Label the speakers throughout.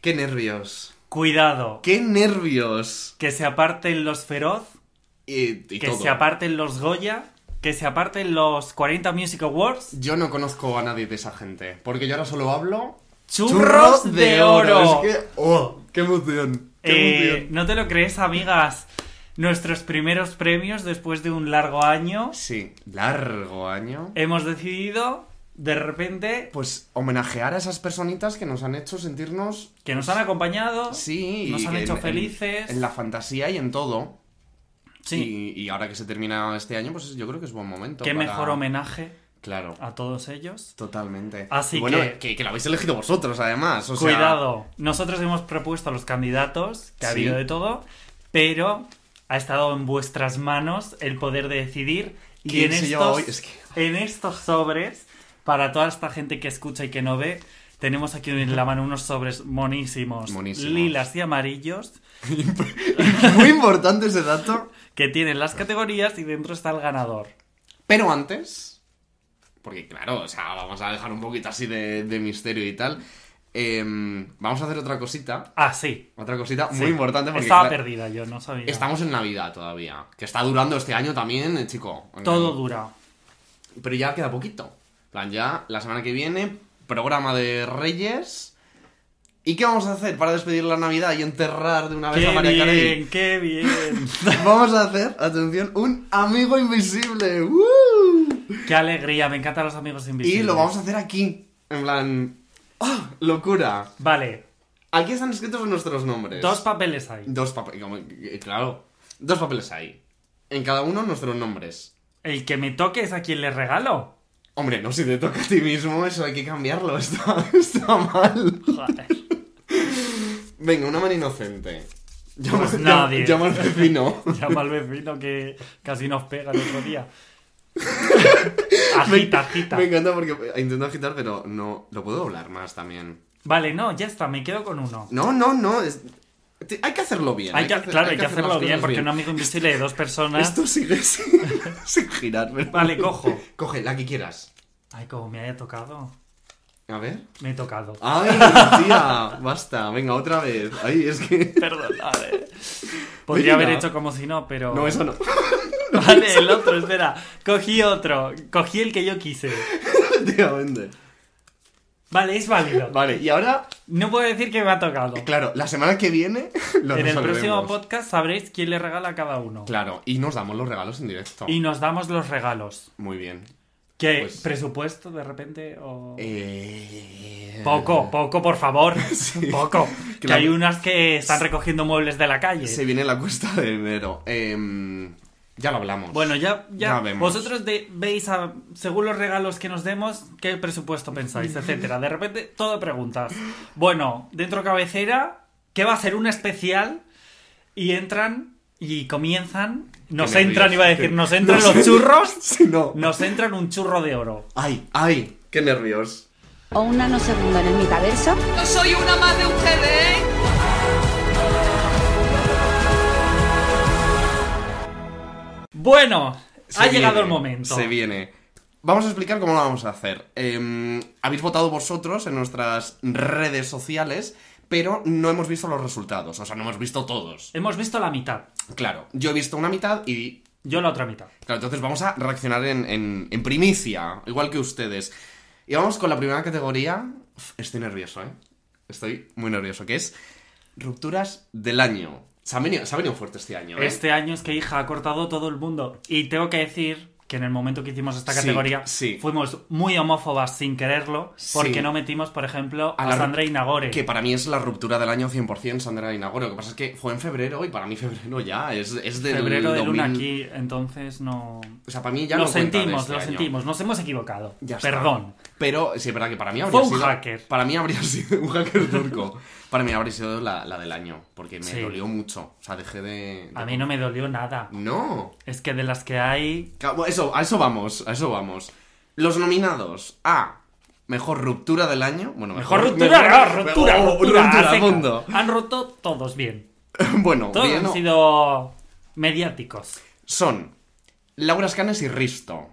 Speaker 1: Qué nervios.
Speaker 2: Cuidado.
Speaker 1: Qué nervios.
Speaker 2: Que se aparten los feroz,
Speaker 1: Y, y
Speaker 2: que
Speaker 1: todo.
Speaker 2: se aparten los Goya, que se aparten los 40 Music Awards.
Speaker 1: Yo no conozco a nadie de esa gente. Porque yo ahora solo hablo.
Speaker 2: Churros, de oro.
Speaker 1: Es que. ¡Oh! ¡Qué emoción! ¡Qué
Speaker 2: Eh,
Speaker 1: emoción!
Speaker 2: no te lo crees, amigas. Nuestros primeros premios después de un largo año.
Speaker 1: Sí, largo año.
Speaker 2: Hemos decidido, de repente,
Speaker 1: Pues homenajear a esas personitas que nos han hecho sentirnos.
Speaker 2: que nos han acompañado.
Speaker 1: Sí,
Speaker 2: Nos
Speaker 1: y
Speaker 2: han
Speaker 1: que
Speaker 2: hecho
Speaker 1: en- en-
Speaker 2: felices.
Speaker 1: En, la fantasía y en todo.
Speaker 2: Sí.
Speaker 1: Y, y ahora que se termina este año, pues yo creo que es buen momento.
Speaker 2: Qué
Speaker 1: para-
Speaker 2: mejor homenaje
Speaker 1: Claro.
Speaker 2: a todos ellos.
Speaker 1: Totalmente.
Speaker 2: Así
Speaker 1: Y bueno,
Speaker 2: que-
Speaker 1: que, que lo habéis elegido vosotros, además. o sea,
Speaker 2: Cuidado, nosotros hemos propuesto a los candidatos, que ha
Speaker 1: Sí.
Speaker 2: habido de todo, pero ha estado en vuestras manos el poder de decidir. Y
Speaker 1: ¿Quién
Speaker 2: en
Speaker 1: se lleva
Speaker 2: estos,
Speaker 1: hoy? Es que-
Speaker 2: en estos sobres, para toda esta gente que escucha y que no ve, tenemos aquí en la mano unos sobres monísimos,
Speaker 1: Monísimos.
Speaker 2: lilas y amarillos,
Speaker 1: Muy importante ese dato.
Speaker 2: que tienen las categorías y dentro está el ganador.
Speaker 1: Pero antes, porque claro, o sea, vamos a dejar un poquito así de, de misterio y tal. em, vamos a hacer otra cosita.
Speaker 2: Ah, sí.
Speaker 1: Otra cosita muy
Speaker 2: sí.
Speaker 1: importante porque
Speaker 2: Estaba
Speaker 1: cla-
Speaker 2: perdida, yo no sabía.
Speaker 1: estamos en Navidad todavía. Que está durando este año también, eh, chico.
Speaker 2: Todo dura.
Speaker 1: Pero ya queda poquito. En plan, ya la semana que viene, programa de Reyes. ¿Y qué vamos a hacer para despedir la Navidad y enterrar de una vez
Speaker 2: ¡Qué
Speaker 1: a María Carey?
Speaker 2: bien, qué bien!
Speaker 1: Vamos a hacer, atención, un amigo invisible. ¡Uh! ¡Woo!
Speaker 2: ¡Qué alegría! Me encantan los amigos
Speaker 1: Y
Speaker 2: invisibles.
Speaker 1: lo vamos a hacer aquí. En plan. ¡ah, ¡Locura!
Speaker 2: Vale,
Speaker 1: Aquí están escritos nuestros nombres.
Speaker 2: dos papeles hay.
Speaker 1: Dos papeles. Claro. Dos papeles hay. En cada uno nuestros nombres.
Speaker 2: El que me toque es a quien le regalo.
Speaker 1: Hombre, no, si te toca a ti mismo, eso hay que cambiarlo. Está, está mal.
Speaker 2: Joder.
Speaker 1: Venga, una mano inocente.
Speaker 2: Pues nadie.
Speaker 1: Llama al vecino.
Speaker 2: Llama al vecino que casi nos pega el otro día. agita, agita.
Speaker 1: Me encanta porque intento agitar, pero no. Lo puedo doblar más también.
Speaker 2: Vale, no, ya está, me quedo con uno.
Speaker 1: No, no, no. es- te- Hay que hacerlo bien.
Speaker 2: Hay que-
Speaker 1: hacer-
Speaker 2: claro, hay que
Speaker 1: hacer
Speaker 2: hacerlo
Speaker 1: las
Speaker 2: bien,
Speaker 1: cosas
Speaker 2: porque un amigo invisible de dos personas.
Speaker 1: Esto sigue sin, sin girar. pero-
Speaker 2: Vale, cojo.
Speaker 1: Coge la que quieras.
Speaker 2: Ay, como me haya tocado.
Speaker 1: A ver.
Speaker 2: Me he tocado.
Speaker 1: ¡Ay, tía! Basta, venga, otra vez. Ay, es que.
Speaker 2: Perdonad. eh. Podría haber
Speaker 1: Venga.
Speaker 2: hecho como si no, pero.
Speaker 1: No, eso no.
Speaker 2: Vale, el otro, espera. Cogí otro. Cogí el que yo quise.
Speaker 1: Efectivamente.
Speaker 2: Vale, es válido.
Speaker 1: Vale, y ahora,
Speaker 2: No puedo decir que me ha tocado.
Speaker 1: claro, la semana que viene lo
Speaker 2: en el
Speaker 1: resolvemos.
Speaker 2: próximo podcast sabréis quién le regala a cada uno.
Speaker 1: Claro, y nos damos los regalos en directo.
Speaker 2: Y nos damos los regalos.
Speaker 1: Muy bien.
Speaker 2: ¿Qué?
Speaker 1: Pues-
Speaker 2: ¿Presupuesto de repente? O...
Speaker 1: Eh...
Speaker 2: Poco, poco, por favor. Poco. Que
Speaker 1: Claro.
Speaker 2: hay unas que están recogiendo muebles de la calle.
Speaker 1: Se viene la cuesta de enero. Em, ya lo hablamos.
Speaker 2: Bueno, ya, ya,
Speaker 1: Ya vemos.
Speaker 2: vosotros de- veis, a- según los regalos que nos demos, qué presupuesto pensáis, etcétera. De repente, todo preguntas. Bueno, dentro cabecera, que va a ser un especial, y entran y comienzan, nos
Speaker 1: nervios.
Speaker 2: entran, iba a decir,
Speaker 1: Qué-
Speaker 2: nos entran
Speaker 1: nos
Speaker 2: los
Speaker 1: en-
Speaker 2: churros,
Speaker 1: Si no.
Speaker 2: nos entran un churro de oro.
Speaker 1: Ay, ay, qué nervios.
Speaker 3: o un nanosegundo en el metaverso
Speaker 4: No soy una más de ustedes, ¿eh?
Speaker 2: Bueno,
Speaker 1: Se
Speaker 2: ha
Speaker 1: viene,
Speaker 2: llegado el momento.
Speaker 1: Se viene. Vamos a explicar cómo lo vamos a hacer. Em, habéis votado vosotros en nuestras redes sociales, pero no hemos visto los resultados. O sea, no hemos visto todos.
Speaker 2: Hemos visto la mitad,
Speaker 1: Claro, yo he visto una mitad y.
Speaker 2: yo la otra mitad.
Speaker 1: Claro, entonces vamos a reaccionar en, en- en primicia, igual que ustedes. Y vamos con la primera categoría. Uf, Estoy nervioso, ¿eh? Estoy muy nervioso, que es rupturas del año. Se ha venido, se ha venido fuerte este año, ¿eh?
Speaker 2: Este año es que hija ha cortado todo el mundo. Y tengo que decir que en el momento que hicimos esta
Speaker 1: Sí,
Speaker 2: categoría
Speaker 1: sí.
Speaker 2: fuimos muy homófobas sin quererlo porque
Speaker 1: Sí.
Speaker 2: no metimos, por ejemplo,
Speaker 1: A
Speaker 2: a,
Speaker 1: la-
Speaker 2: Sandra Inagore.
Speaker 1: Que para mí es la ruptura del año 100% Sandra Inagore. Lo que pasa es que fue en febrero y para mí febrero ya es, es del
Speaker 2: Febrero de luna
Speaker 1: 2000.
Speaker 2: aquí, entonces no...
Speaker 1: O sea, para mí ya
Speaker 2: lo
Speaker 1: no cuenta de
Speaker 2: sentimos,
Speaker 1: este
Speaker 2: lo
Speaker 1: año.
Speaker 2: sentimos, nos hemos equivocado.
Speaker 1: Ya está.
Speaker 2: Perdón.
Speaker 1: Pero sí, es verdad que para mí habría
Speaker 2: Fue un
Speaker 1: sido...
Speaker 2: hacker.
Speaker 1: Para mí habría sido un hacker turco. para mí habría sido la, la del año, porque me
Speaker 2: Sí.
Speaker 1: dolió mucho. O sea, dejé de...
Speaker 2: A mí no me dolió nada.
Speaker 1: No.
Speaker 2: Es que de las que hay...
Speaker 1: Ca- bueno, Eso, a eso vamos, a eso vamos. Los nominados a Mejor Ruptura del Año. Bueno,
Speaker 2: Mejor
Speaker 1: mejor,
Speaker 2: ruptura,
Speaker 1: mejor-
Speaker 2: no, ruptura,
Speaker 1: oh,
Speaker 2: ruptura,
Speaker 1: ruptura,
Speaker 2: a seca.
Speaker 1: fondo.
Speaker 2: Han roto todos bien.
Speaker 1: bueno,
Speaker 2: Todos
Speaker 1: bien,
Speaker 2: han
Speaker 1: ¿no?
Speaker 2: sido mediáticos.
Speaker 1: son Laura Scanes y Risto,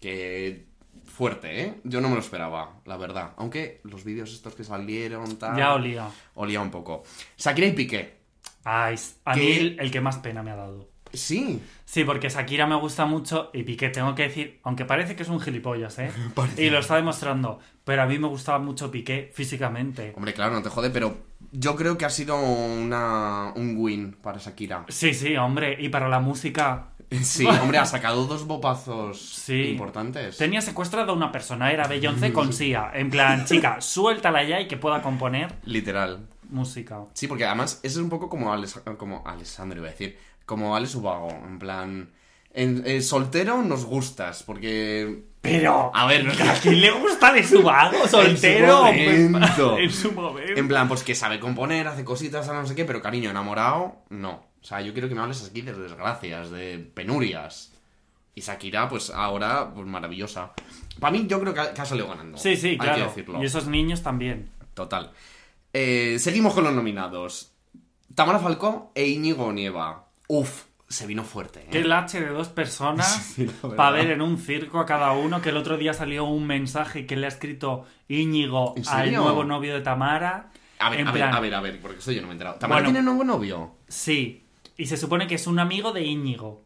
Speaker 1: que fuerte, ¿eh? Yo no me lo esperaba, la verdad. Aunque los vídeos estos que salieron, tal...
Speaker 2: Ya olía.
Speaker 1: Olía un poco. Shakira y Piqué.
Speaker 2: Ay, Ah, a mí
Speaker 1: ¿Qué?
Speaker 2: el, el que más pena me ha dado.
Speaker 1: Sí,
Speaker 2: Sí, porque Shakira me gusta mucho y Piqué, tengo que decir, aunque parece que es un gilipollas, ¿eh?
Speaker 1: Parece.
Speaker 2: Y lo está demostrando. Pero a mí me gustaba mucho Piqué físicamente.
Speaker 1: Hombre, claro, no te jode, pero yo creo que ha sido una, un win para Shakira.
Speaker 2: Sí, sí, hombre. Y para la música.
Speaker 1: Sí, hombre, ha sacado dos bopazos
Speaker 2: Sí.
Speaker 1: importantes.
Speaker 2: Tenía secuestrada a una persona, era Beyoncé con Sia. En plan, chica, suéltala ya y que pueda componer
Speaker 1: Literal.
Speaker 2: música.
Speaker 1: Sí, porque además ese es un poco como, Ales como Alessandro, iba a decir. Como Alex Ubago, en plan... En, eh, soltero nos gustas, porque...
Speaker 2: Pero.
Speaker 1: A ver, no-
Speaker 2: ¿A quién le gusta de su vago, soltero?
Speaker 1: momento.
Speaker 2: En su momento.
Speaker 1: En plan, pues que sabe componer, hace cositas, no sé qué, pero cariño, enamorado, no. O sea, yo quiero que me hables aquí de desgracias, de penurias. Y Shakira, pues ahora, pues maravillosa. Para mí, yo creo que ha, que ha salido ganando.
Speaker 2: Sí, sí,
Speaker 1: Hay que
Speaker 2: claro.
Speaker 1: decirlo.
Speaker 2: Y esos niños también.
Speaker 1: Total. Eh, seguimos con los nominados. Tamara Falcó e Íñigo Nieva. Uf, se vino fuerte. ¿eh?
Speaker 2: Qué lache de dos personas
Speaker 1: Sí, la verdad.
Speaker 2: para ver en un circo a cada uno. Que el otro día salió un mensaje que le ha escrito Íñigo
Speaker 1: ¿En
Speaker 2: al
Speaker 1: serio?
Speaker 2: nuevo novio de Tamara.
Speaker 1: A ver,
Speaker 2: en
Speaker 1: a ver,
Speaker 2: plan,
Speaker 1: a ver, a ver, porque eso yo no me he enterado. ¿Tamara
Speaker 2: Bueno.
Speaker 1: tiene nuevo novio?
Speaker 2: Sí, y se supone que es un amigo de Íñigo.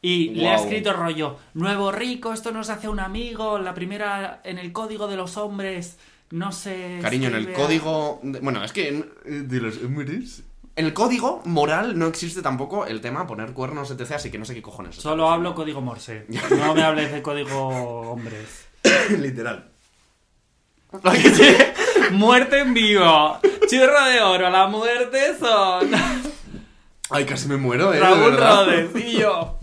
Speaker 2: Y le ha
Speaker 1: Guau.
Speaker 2: escrito rollo, nuevo rico, esto nos hace un amigo, la primera en el código de los hombres, no sé...
Speaker 1: Cariño, en el código. de- Bueno, es que. En, Eh, de los hombres. En el código moral no existe tampoco el tema poner cuernos, etc. Así que no sé qué cojones. está
Speaker 2: Solo hablo código morse, no me hables de código hombres.
Speaker 1: diciendo. Literal.
Speaker 2: Muerte en vivo, churro de oro, la muerte son
Speaker 1: Ay, casi me muero, eh. de
Speaker 2: Raúl
Speaker 1: verdad.
Speaker 2: Rodes y yo.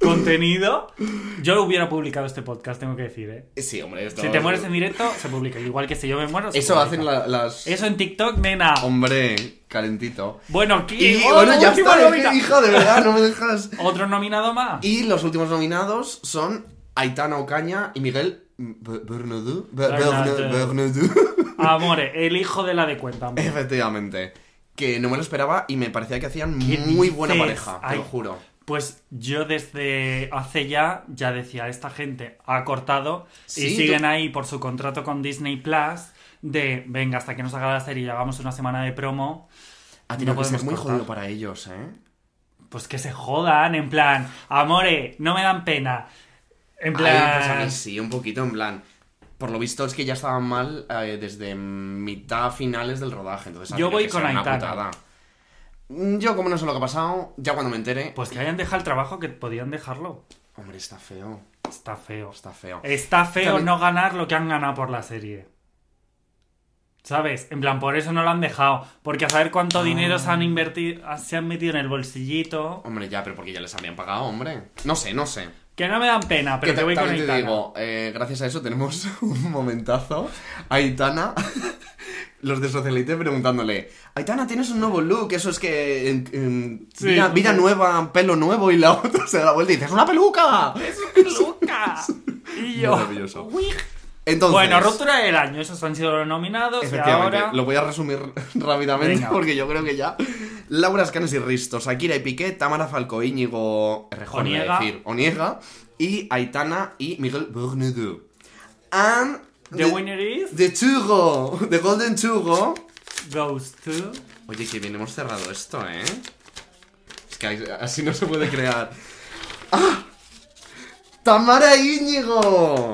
Speaker 2: Contenido, yo hubiera publicado este podcast, tengo que decir, ¿eh?
Speaker 1: Sí, hombre, esto.
Speaker 2: Si te mueres en directo, se publica. Igual que si yo me muero, se
Speaker 1: Eso
Speaker 2: publica.
Speaker 1: hacen la- las.
Speaker 2: Eso en TikTok, nena.
Speaker 1: Hombre, calentito.
Speaker 2: Bueno,
Speaker 1: Y
Speaker 2: ¿qué? ¡Oh,
Speaker 1: bueno,
Speaker 2: no,
Speaker 1: ya
Speaker 2: último
Speaker 1: está, es que,
Speaker 2: nomina-
Speaker 1: hija, de verdad, no me dejas.
Speaker 2: Otro nominado más.
Speaker 1: Y los últimos nominados son Aitana Ocaña y Miguel B- Bernadou. B-
Speaker 2: Bernadou.
Speaker 1: Bernadou.
Speaker 2: Amore, el hijo de la de cuenta. amor.
Speaker 1: Efectivamente. Que no me lo esperaba y me parecía que hacían
Speaker 2: ¿Qué
Speaker 1: muy buena
Speaker 2: dices?
Speaker 1: pareja, te
Speaker 2: Ay.
Speaker 1: lo juro.
Speaker 2: Pues yo desde hace ya, ya decía, esta gente ha cortado y
Speaker 1: Sí,
Speaker 2: siguen
Speaker 1: yo-
Speaker 2: ahí por su contrato con Disney Plus de, venga, hasta que nos haga la serie y hagamos una semana de promo,
Speaker 1: Ha
Speaker 2: No
Speaker 1: tenido que ser
Speaker 2: podemos
Speaker 1: muy
Speaker 2: cortar.
Speaker 1: jodido para ellos, ¿eh?
Speaker 2: pues que se jodan, en plan, amore, no me dan pena. En plan...
Speaker 1: Ay, pues a mí sí, un poquito, en plan. Por lo visto es que ya estaban mal eh, desde mitad finales del rodaje. Entonces, ha
Speaker 2: Yo
Speaker 1: tenido
Speaker 2: voy
Speaker 1: que
Speaker 2: con
Speaker 1: ser una
Speaker 2: Aitana.
Speaker 1: putada. Mm, Yo, como no sé lo que ha pasado, ya cuando me entere.
Speaker 2: Pues que hayan dejado el trabajo que podían dejarlo.
Speaker 1: Hombre, está feo.
Speaker 2: Está feo.
Speaker 1: Está feo.
Speaker 2: Está feo
Speaker 1: También-
Speaker 2: no ganar lo que han ganado por la serie. ¿Sabes? En plan, por eso no lo han dejado. Porque a saber
Speaker 1: Ah.
Speaker 2: cuánto dinero se han invertido, se han metido en el bolsillito.
Speaker 1: Hombre, ya, pero porque ya les habían pagado, hombre. No sé, no sé.
Speaker 2: Que no me dan pena, pero
Speaker 1: Que
Speaker 2: que voy con
Speaker 1: también te
Speaker 2: Aitana.
Speaker 1: digo, eh, gracias a eso tenemos un momentazo. Aitana, los de Socialite preguntándole, Aitana, tienes un nuevo look, eso es que... em, em,
Speaker 2: Sí.
Speaker 1: vida, vida nueva, pelo nuevo, y la otra se da la vuelta y dice, ¡es una peluca!
Speaker 2: ¡Luca! y yo.
Speaker 1: Maravilloso.
Speaker 2: "Uig".
Speaker 1: Entonces...
Speaker 2: bueno, ruptura del año. Esos han sido los nominados. Y
Speaker 1: Efectivamente,
Speaker 2: ahora.
Speaker 1: lo voy a resumir rápidamente
Speaker 2: Venga.
Speaker 1: porque yo creo que ya. Laura Escanes y Risto, Shakira y Piqué, Tamara Falco, Íñigo Rejón, iba
Speaker 2: Oniega.
Speaker 1: a decir, Oniega, y Aitana y Miguel Bernadou. And
Speaker 2: The winner is.
Speaker 1: The Chugo, The Golden Chugo.
Speaker 2: Goes to.
Speaker 1: Oye, que bien hemos cerrado esto, ¿eh? Es que ahí- así no se puede crear. ¡Ah! ¡Tamara Íñigo!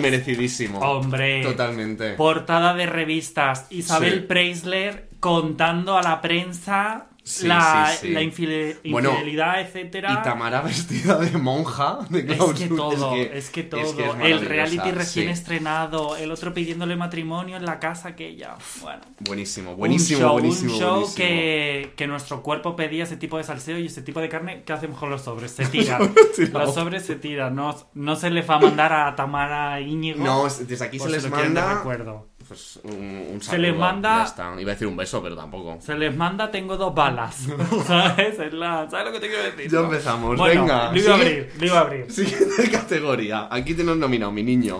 Speaker 1: Merecidísimo.
Speaker 2: Hombre.
Speaker 1: Totalmente.
Speaker 2: Portada de revistas. Isabel
Speaker 1: Sí.
Speaker 2: Preisler contando a la prensa
Speaker 1: Sí,
Speaker 2: la,
Speaker 1: sí, sí.
Speaker 2: la infide-
Speaker 1: Bueno,
Speaker 2: infidelidad, etcétera.
Speaker 1: Y Tamara vestida de monja de
Speaker 2: es
Speaker 1: clausura.
Speaker 2: que todo, es que, todo.
Speaker 1: es que es
Speaker 2: el
Speaker 1: maravillosa,
Speaker 2: reality recién
Speaker 1: sí.
Speaker 2: estrenado, el otro pidiéndole matrimonio en la casa que ella. Bueno.
Speaker 1: Buenísimo, buenísimo,
Speaker 2: un show,
Speaker 1: buenísimo.
Speaker 2: un show
Speaker 1: buenísimo.
Speaker 2: Que, que nuestro cuerpo pedía ese tipo de salseo y ese tipo de carne. ¿Qué hacemos con los sobres? Se tiran.
Speaker 1: tirados.
Speaker 2: los sobres se tiran. No, no se les va a mandar a Tamara Íñigo.
Speaker 1: No, es- desde aquí
Speaker 2: por
Speaker 1: se
Speaker 2: si
Speaker 1: les
Speaker 2: lo quieren de
Speaker 1: manda.
Speaker 2: recuerdo.
Speaker 1: Pues un, un
Speaker 2: Se les
Speaker 1: saludo,
Speaker 2: manda-
Speaker 1: ya está. Iba a decir un beso, pero tampoco.
Speaker 2: Se les manda, tengo dos balas. ¿Sabes? Es la- ¿Sabes lo que te quiero decir?
Speaker 1: Ya empezamos,
Speaker 2: Bueno,
Speaker 1: venga.
Speaker 2: Lo iba a
Speaker 1: sigue-
Speaker 2: abrir, lo iba a abrir.
Speaker 1: Siguiente categoría. Aquí te nos nominado, mi niño.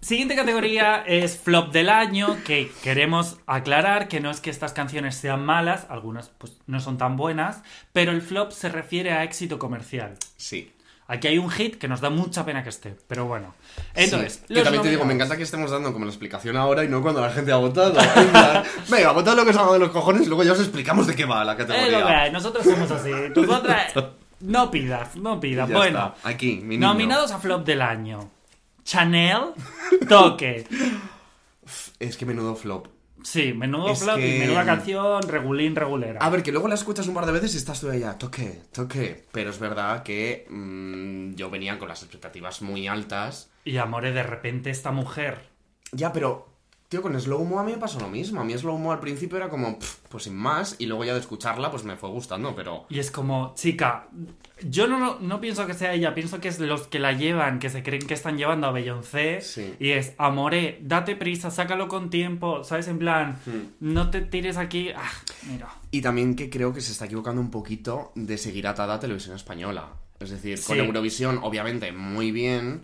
Speaker 2: Siguiente categoría es flop del año, que queremos aclarar que no es que estas canciones sean malas, algunas pues no son tan buenas, pero el flop se refiere a éxito comercial.
Speaker 1: Sí.
Speaker 2: Aquí hay un hit que nos da mucha pena que esté, pero bueno. Entonces,
Speaker 1: Sí, yo
Speaker 2: los
Speaker 1: también te digo, me
Speaker 2: nominados.
Speaker 1: encanta que estemos dando como la explicación ahora y no cuando la gente ha votado. En plan, Venga, votad lo que os haga de los cojones y luego ya os explicamos de qué va la
Speaker 2: Es Eh, lo que
Speaker 1: categoría.
Speaker 2: hay, nosotros somos así. Nosotras no pidas, no pidas.
Speaker 1: Ya
Speaker 2: bueno,
Speaker 1: está, aquí, mi niño.
Speaker 2: nominados a flop del año. Chanel, toque.
Speaker 1: Es que menudo flop.
Speaker 2: Sí, menudo
Speaker 1: Es
Speaker 2: flop y
Speaker 1: que-
Speaker 2: menuda canción, regulín, regulera.
Speaker 1: A ver, que luego la escuchas un par de veces y estás tú allá, toque, toque. Pero es verdad que mm, yo venía con las expectativas muy altas.
Speaker 2: Y amore, de repente esta mujer.
Speaker 1: Ya, pero, tío, con Slow Mo a mí me pasó lo mismo. A mí Slow Mo al principio era como, pff, pues sin más. Y luego ya de escucharla, pues me fue gustando, pero...
Speaker 2: Y es como, chica, yo no, no, no pienso que sea ella, pienso que es los que la llevan, que se creen que están llevando a Beyoncé.
Speaker 1: Sí.
Speaker 2: Y es, amore, date prisa, sácalo con tiempo, ¿sabes? En plan,
Speaker 1: Hmm.
Speaker 2: no te tires aquí. Ah, mira.
Speaker 1: Y también que creo que se está equivocando un poquito de seguir atada a televisión española. Es decir, con
Speaker 2: Sí.
Speaker 1: Eurovisión, obviamente, muy bien,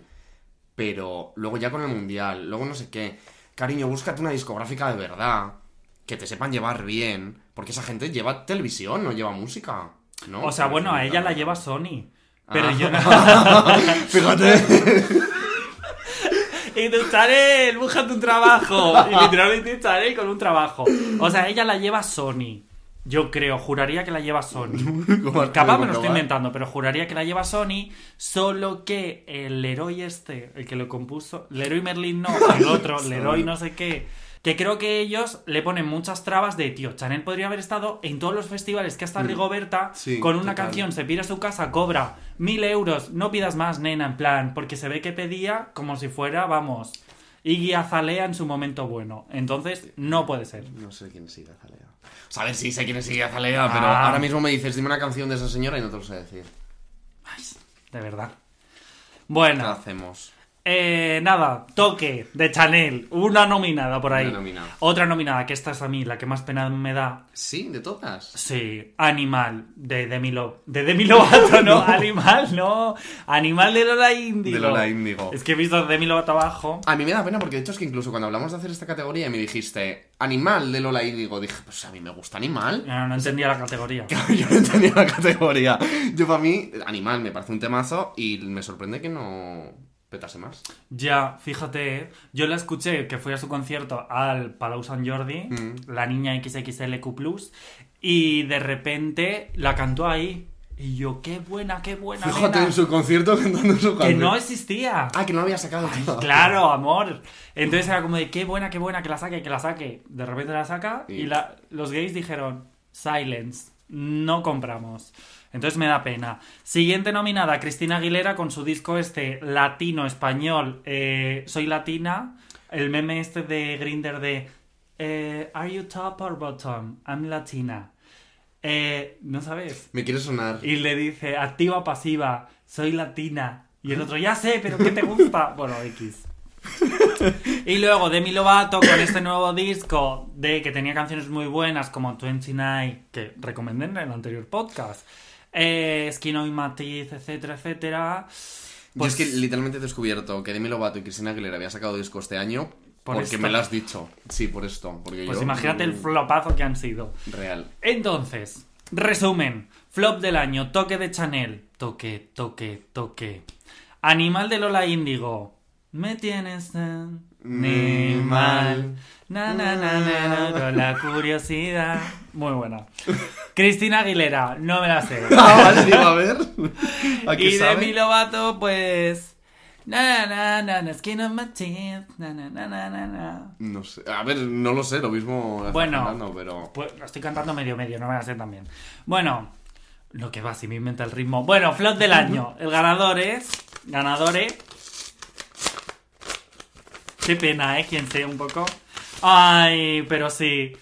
Speaker 1: pero luego ya con el Mundial, luego no sé qué. Cariño, búscate una discográfica de verdad, que te sepan llevar bien, porque esa gente lleva televisión, no lleva música. ¿no?
Speaker 2: O sea, bueno, a ella la lleva Sony. Pero
Speaker 1: Ah.
Speaker 2: yo no.
Speaker 1: Fíjate.
Speaker 2: Y tú, Chanel, búscate un trabajo. Y literalmente Chanel con un trabajo. O sea, ella la lleva Sony. Yo creo, juraría que la lleva Sony.
Speaker 1: ¿Cómo-
Speaker 2: Capaz me
Speaker 1: cómo
Speaker 2: lo estoy
Speaker 1: va?
Speaker 2: inventando, pero juraría que la lleva Sony. Solo que el Leroy este, el que lo compuso, Leroy Merlin no, el otro, Leroy no sé qué. Que creo que ellos le ponen muchas trabas de, tío, Chanel podría haber estado en todos los festivales que hasta Rigoberta
Speaker 1: Mm. Sí,
Speaker 2: con una
Speaker 1: total.
Speaker 2: canción, se pira a su casa, cobra mil euros, no pidas más, nena, en plan, porque se ve que pedía como si fuera, vamos, Iggy Azalea en su momento bueno. Entonces, no puede ser.
Speaker 1: No sé quién sigue Azalea. O sea, a ver, sí sé quién sigue Azalea, pero
Speaker 2: Ah.
Speaker 1: ahora mismo me dices, dime una canción de esa señora y no te lo sé decir.
Speaker 2: De verdad.
Speaker 1: ¿Qué
Speaker 2: Bueno,
Speaker 1: hacemos?
Speaker 2: eh, nada, toque de Chanel. Una nominada por ahí.
Speaker 1: Una nominada.
Speaker 2: Otra nominada, que esta es a mí, la que más pena me da.
Speaker 1: Sí, de todas.
Speaker 2: Sí, Animal, de Demi Lovato. De Demi Lovato, no, Animal, no. Animal de Lola Índigo.
Speaker 1: De Lola Índigo.
Speaker 2: Es que he visto Demi Lovato abajo.
Speaker 1: A mí me da pena porque de hecho es que incluso cuando hablamos de hacer esta categoría y me dijiste animal de Lola Índigo, dije, pues a mí me gusta animal.
Speaker 2: No, no entendía la categoría.
Speaker 1: Yo no entendía la categoría. Yo para mí, animal me parece un temazo y me sorprende que no petase más.
Speaker 2: Ya, fíjate, ¿eh? yo la escuché que fui a su concierto al Palau San Jordi,
Speaker 1: Mm.
Speaker 2: la niña XXLQ, y de repente la cantó ahí. Y yo, qué buena, qué buena.
Speaker 1: Fíjate
Speaker 2: nena,
Speaker 1: en su concierto cantando su
Speaker 2: Que
Speaker 1: canción.
Speaker 2: no existía.
Speaker 1: Ah, que no lo había sacado. tío.
Speaker 2: Claro, amor. Entonces era como de qué buena, qué buena, que la saque, que la saque. De repente la saca y
Speaker 1: Y-
Speaker 2: la- los gays dijeron, silence, no compramos. Entonces me da pena. Siguiente nominada, Cristina Aguilera con su disco este latino, español, eh, Soy Latina. El meme este de Grinder de eh, Are you top or bottom? I'm Latina. Eh, no sabes.
Speaker 1: Me quiere sonar.
Speaker 2: Y le dice, activa o pasiva, soy latina. Y el otro, ya sé, pero ¿qué te gusta? Bueno, X. Y luego Demi Lovato con este nuevo disco de que tenía canciones muy buenas como 29, que recomendé en el anterior podcast, eh, Esquino y Matiz, etcétera, etcétera.
Speaker 1: Yo es
Speaker 2: Pues-
Speaker 1: que literalmente he descubierto que Demi Lovato y Cristina Aguilera había sacado disco este año
Speaker 2: Por
Speaker 1: porque
Speaker 2: esto.
Speaker 1: me lo has dicho. Sí, por esto. Porque
Speaker 2: Pues
Speaker 1: yo- mm,
Speaker 2: imagínate el flopazo que han sido.
Speaker 1: Real.
Speaker 2: Entonces, resumen. Flop del año, toque de Chanel. Toque, toque, toque. Animal de Lola Índigo. Me tienes tan ni mal. Na, na, na, na, na, con la curiosidad. Muy buena. Cristina Aguilera, no me la sé.
Speaker 1: Ah, vale, digo, a ver. ¿A qué
Speaker 2: y de
Speaker 1: sabe?
Speaker 2: Demi Lovato, pues... Na, na, na, na, na, skin of my teeth. Na, na, na, na, na, na.
Speaker 1: No sé. A ver, no lo sé, lo mismo. la está
Speaker 2: Bueno.
Speaker 1: cantando, pero.
Speaker 2: Pues lo estoy cantando medio medio, no me la sé también. Bueno, lo que va, si me inventa el ritmo. Bueno, flop del año. El ganador es. Ganadores. Qué pena, ¿eh? Quien sé un poco. Ay, pero sí.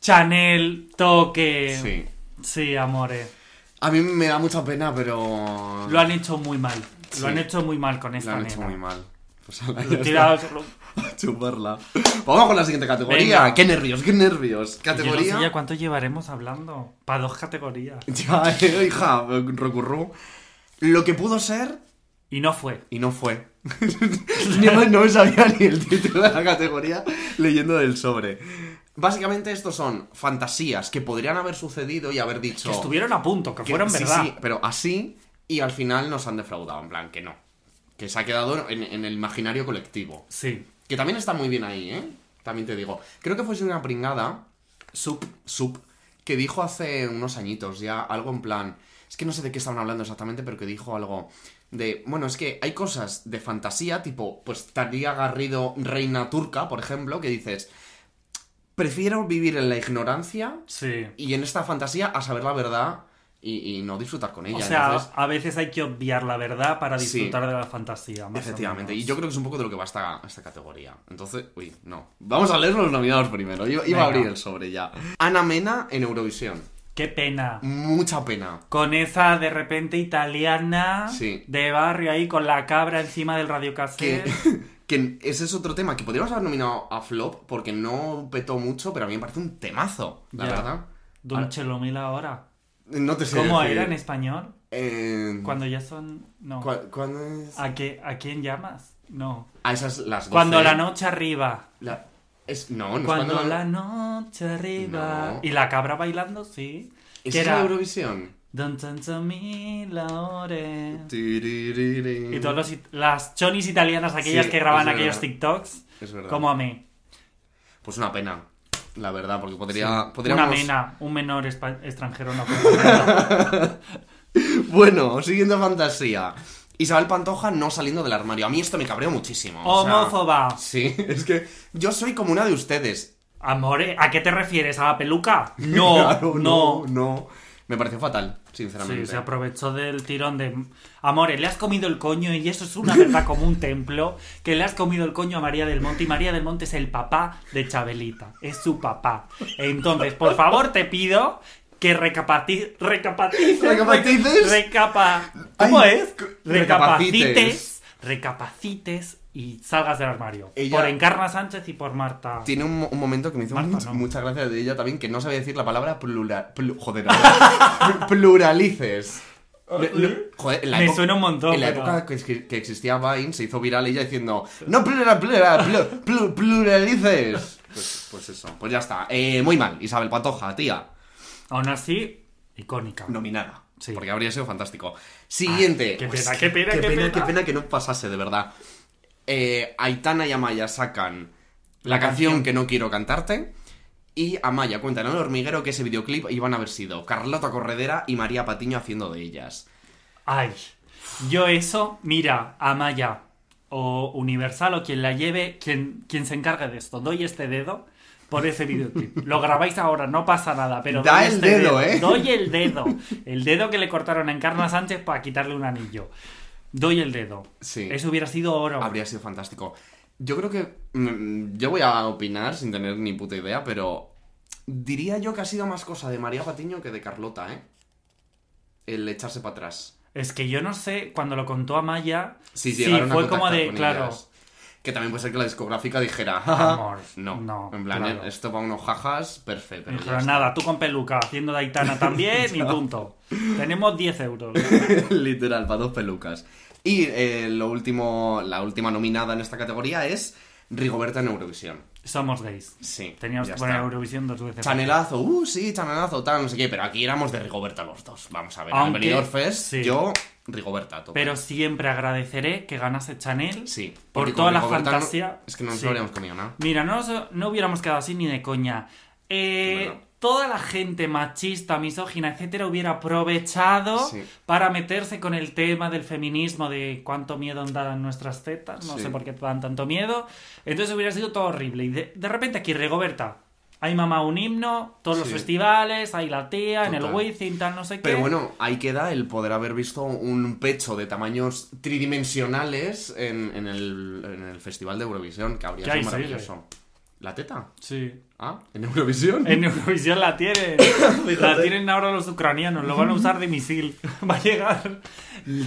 Speaker 2: Chanel, toque.
Speaker 1: Sí.
Speaker 2: Sí, amores.
Speaker 1: A mí me da mucha pena, pero.
Speaker 2: Lo han hecho muy mal.
Speaker 1: Sí.
Speaker 2: Lo han hecho muy mal con
Speaker 1: Lo
Speaker 2: esta
Speaker 1: han hecho
Speaker 2: nena.
Speaker 1: muy mal. Pues ala, ya
Speaker 2: Lo tirados-
Speaker 1: está. A chuparla. Vamos con la siguiente categoría.
Speaker 2: Venga.
Speaker 1: Qué nervios, qué nervios.
Speaker 2: Yo no sé
Speaker 1: Categoría.
Speaker 2: ya cuánto llevaremos hablando. Para dos categorías.
Speaker 1: Ya, eh, hija, recurró. Lo que pudo ser
Speaker 2: Y no fue.
Speaker 1: y no fue. Ni más, no me sabía ni el título de la categoría leyendo del sobre. Básicamente estos son fantasías que podrían haber sucedido y haber dicho...
Speaker 2: Que estuvieron a punto, que,
Speaker 1: Que-
Speaker 2: fueron
Speaker 1: sí,
Speaker 2: verdad.
Speaker 1: sí, pero así Y al final nos han defraudado, en plan, que no. Que se ha quedado en, en el imaginario colectivo.
Speaker 2: Sí.
Speaker 1: Que también está muy bien ahí, ¿eh? También te digo. Creo que fue una pringada, Sup, Sup, que dijo hace unos añitos ya algo en plan... Es que no sé de qué estaban hablando exactamente, pero que dijo algo de... Bueno, es que hay cosas de fantasía, tipo, pues Talía Garrido, reina turca, por ejemplo, que dices... Prefiero vivir en la ignorancia
Speaker 2: Sí.
Speaker 1: y en esta fantasía a saber la verdad y, y no disfrutar con ella.
Speaker 2: o sea,
Speaker 1: ¿eh? Entonces,
Speaker 2: a veces hay que obviar la verdad para
Speaker 1: Sí.
Speaker 2: disfrutar de la fantasía. más o
Speaker 1: Efectivamente,
Speaker 2: menos.
Speaker 1: y yo creo que es un poco de lo que va esta, esta categoría. Entonces, uy, no. Vamos a leer los nominados primero. Iba, iba a
Speaker 2: Venga.
Speaker 1: abrir el sobre ya. Ana Mena en Eurovisión.
Speaker 2: Qué pena.
Speaker 1: Mucha pena.
Speaker 2: Con esa de repente italiana
Speaker 1: Sí.
Speaker 2: de barrio ahí con la cabra encima del radiocassette.
Speaker 1: Que,
Speaker 2: Eh.
Speaker 1: que ese es otro tema que podríamos haber nominado a Flop porque no petó mucho, pero a mí me parece un temazo, la
Speaker 2: Ya.
Speaker 1: verdad.
Speaker 2: Don Chelomil ahora.
Speaker 1: No te sé.
Speaker 2: ¿Cómo
Speaker 1: decir.
Speaker 2: era en español?
Speaker 1: Eh,
Speaker 2: Cuando ya son. No.
Speaker 1: cua- ¿Cuándo es?
Speaker 2: ¿A, qué, ¿A quién llamas? No.
Speaker 1: Ah, esas las 12.
Speaker 2: Cuando la noche arriba.
Speaker 1: La- es, no, no es
Speaker 2: Cuando,
Speaker 1: cuando
Speaker 2: la noche arriba.
Speaker 1: No.
Speaker 2: Y la cabra bailando, sí.
Speaker 1: ¿Es
Speaker 2: que
Speaker 1: en
Speaker 2: era.
Speaker 1: Eurovisión?
Speaker 2: Don Chelomil ahora.
Speaker 1: Tiririri.
Speaker 2: Y todas los it- las chonis italianas, aquellas
Speaker 1: Mm. Sí,
Speaker 2: que graban
Speaker 1: es
Speaker 2: aquellos
Speaker 1: verdad.
Speaker 2: TikToks.
Speaker 1: Es verdad.
Speaker 2: Como a mí.
Speaker 1: Pues una pena, la verdad, porque podría,
Speaker 2: Una
Speaker 1: Ah, podríamos...
Speaker 2: mena, un menor espa- extranjero no. puede.
Speaker 1: Bueno, siguiendo fantasía. Isabel Pantoja no saliendo del armario. A mí esto me cabreó muchísimo. o sea-
Speaker 2: Homófoba.
Speaker 1: sí, es que yo soy como una de ustedes.
Speaker 2: Amore, ¿a qué te refieres? ¿A la peluca? No,
Speaker 1: Claro,
Speaker 2: no.
Speaker 1: no. no. Me pareció fatal, sinceramente.
Speaker 2: Sí, se aprovechó del tirón de... Amore, le has comido el coño y eso es una verdad como un templo, que le has comido el coño a María del Monte y María del Monte es el papá de Chabelita, es su papá. Entonces, por favor, te pido que recapati... recapacites...
Speaker 1: ¿Recapatices?
Speaker 2: Recapa... ¿Cómo
Speaker 1: Ay,
Speaker 2: es?
Speaker 1: c-
Speaker 2: Recapacites. Recapacites y salgas del armario.
Speaker 1: Ella-
Speaker 2: Por Encarna Sánchez y por Marta.
Speaker 1: Tiene un, mo- un momento que me hizo
Speaker 2: Marta,
Speaker 1: much-
Speaker 2: no.
Speaker 1: mucha gracia de ella también, que no sabía decir la palabra plural... joder, ahora. pluralices. Lo- lo- joder, en la
Speaker 2: Me
Speaker 1: época-
Speaker 2: suena un montón,
Speaker 1: En la
Speaker 2: pero-
Speaker 1: época que, que existía Vine se hizo viral ella diciendo No plural, plural, plu- plu- pluralices. Pues, pues eso, pues ya está. Eh, muy mal, Isabel Pantoja, tía.
Speaker 2: Aún así, icónica.
Speaker 1: Nominada.
Speaker 2: Sí.
Speaker 1: Porque habría sido fantástico. Siguiente.
Speaker 2: Ay, qué
Speaker 1: Pues
Speaker 2: pena, qué pena,
Speaker 1: qué
Speaker 2: qué
Speaker 1: pena,
Speaker 2: pena.
Speaker 1: qué pena que no pasase, de verdad. Eh, Aitana y Amaya sacan la,
Speaker 2: La
Speaker 1: canción,
Speaker 2: canción.
Speaker 1: que no quiero cantarte. Y Amaya cuenta en el hormiguero que ese videoclip iban a haber sido Carlota Corredera y María Patiño haciendo de ellas.
Speaker 2: Ay, yo eso, mira, Amaya o Universal o quien la lleve, quien, quien se encargue de esto, doy este dedo por ese videoclip. Lo grabáis ahora, no pasa nada, pero
Speaker 1: Da
Speaker 2: doy
Speaker 1: el
Speaker 2: este
Speaker 1: dedo, ¿eh?
Speaker 2: Doy el dedo, el dedo que le cortaron a Encarna Sánchez para quitarle un anillo. Doy el dedo.
Speaker 1: Sí.
Speaker 2: Eso hubiera sido oro.
Speaker 1: Habría sido fantástico. Yo creo que. mm, Yo voy a opinar sin tener ni puta idea, pero. Diría yo que ha sido más cosa de María Patiño que de Carlota, ¿eh? El echarse para atrás.
Speaker 2: Es que yo no sé, cuando lo contó Amaya,
Speaker 1: Sí,
Speaker 2: sí,
Speaker 1: llegaron a
Speaker 2: fue como
Speaker 1: contactar
Speaker 2: de,
Speaker 1: con
Speaker 2: claro,
Speaker 1: ellas. Que también puede ser que la discográfica dijera,
Speaker 2: Amor,
Speaker 1: no,
Speaker 2: no,
Speaker 1: en plan,
Speaker 2: claro.
Speaker 1: eh, esto va unos jajas, perfecto.
Speaker 2: me dijeron, nada, tú con peluca, haciendo de Aitana también y punto. Tenemos 10 euros.
Speaker 1: Literal, para dos pelucas. Y eh, lo último, la última nominada en esta categoría es Rigoberta en Eurovisión.
Speaker 2: Somos gays.
Speaker 1: Sí,
Speaker 2: Teníamos
Speaker 1: ya
Speaker 2: que poner
Speaker 1: está.
Speaker 2: Eurovisión dos veces.
Speaker 1: Chanelazo, uh, sí, chanelazo, tal, no sé qué, pero aquí éramos de Rigoberta los dos. Vamos a ver,
Speaker 2: Aunque-
Speaker 1: en el Benidorm Fest,
Speaker 2: sí.
Speaker 1: yo, Rigoberta, a tope.
Speaker 2: Pero siempre agradeceré que ganase Chanel
Speaker 1: sí,
Speaker 2: por
Speaker 1: porque
Speaker 2: toda
Speaker 1: con
Speaker 2: la
Speaker 1: Rigoberta no-
Speaker 2: fantasía.
Speaker 1: es que no nos
Speaker 2: Sí.
Speaker 1: lo habríamos comido nada.
Speaker 2: Mira, no, nos- no hubiéramos quedado así ni de coña. Eh,
Speaker 1: Es verdad.
Speaker 2: toda la gente machista, misógina, etcétera, hubiera aprovechado
Speaker 1: Sí.
Speaker 2: para meterse con el tema del feminismo, de cuánto miedo dan nuestras tetas. No
Speaker 1: Sí.
Speaker 2: sé por qué dan tanto miedo. Entonces hubiera sido todo horrible. Y de, de repente aquí, Rigoberta. Hay mamá un himno, todos los
Speaker 1: Sí.
Speaker 2: festivales, hay la tía, en el
Speaker 1: Total.
Speaker 2: Wizzing, tal, no sé qué.
Speaker 1: Pero bueno, ahí queda el poder haber visto un pecho de tamaños tridimensionales en, en el, en el Festival de Eurovisión, que habría
Speaker 2: Ya
Speaker 1: sido
Speaker 2: hay seis,
Speaker 1: maravilloso. ¿La teta?
Speaker 2: Sí.
Speaker 1: ¿Ah? ¿En Eurovisión?
Speaker 2: En Eurovisión la tienen. la tienen ahora los ucranianos. Lo van a usar de misil. Va a llegar.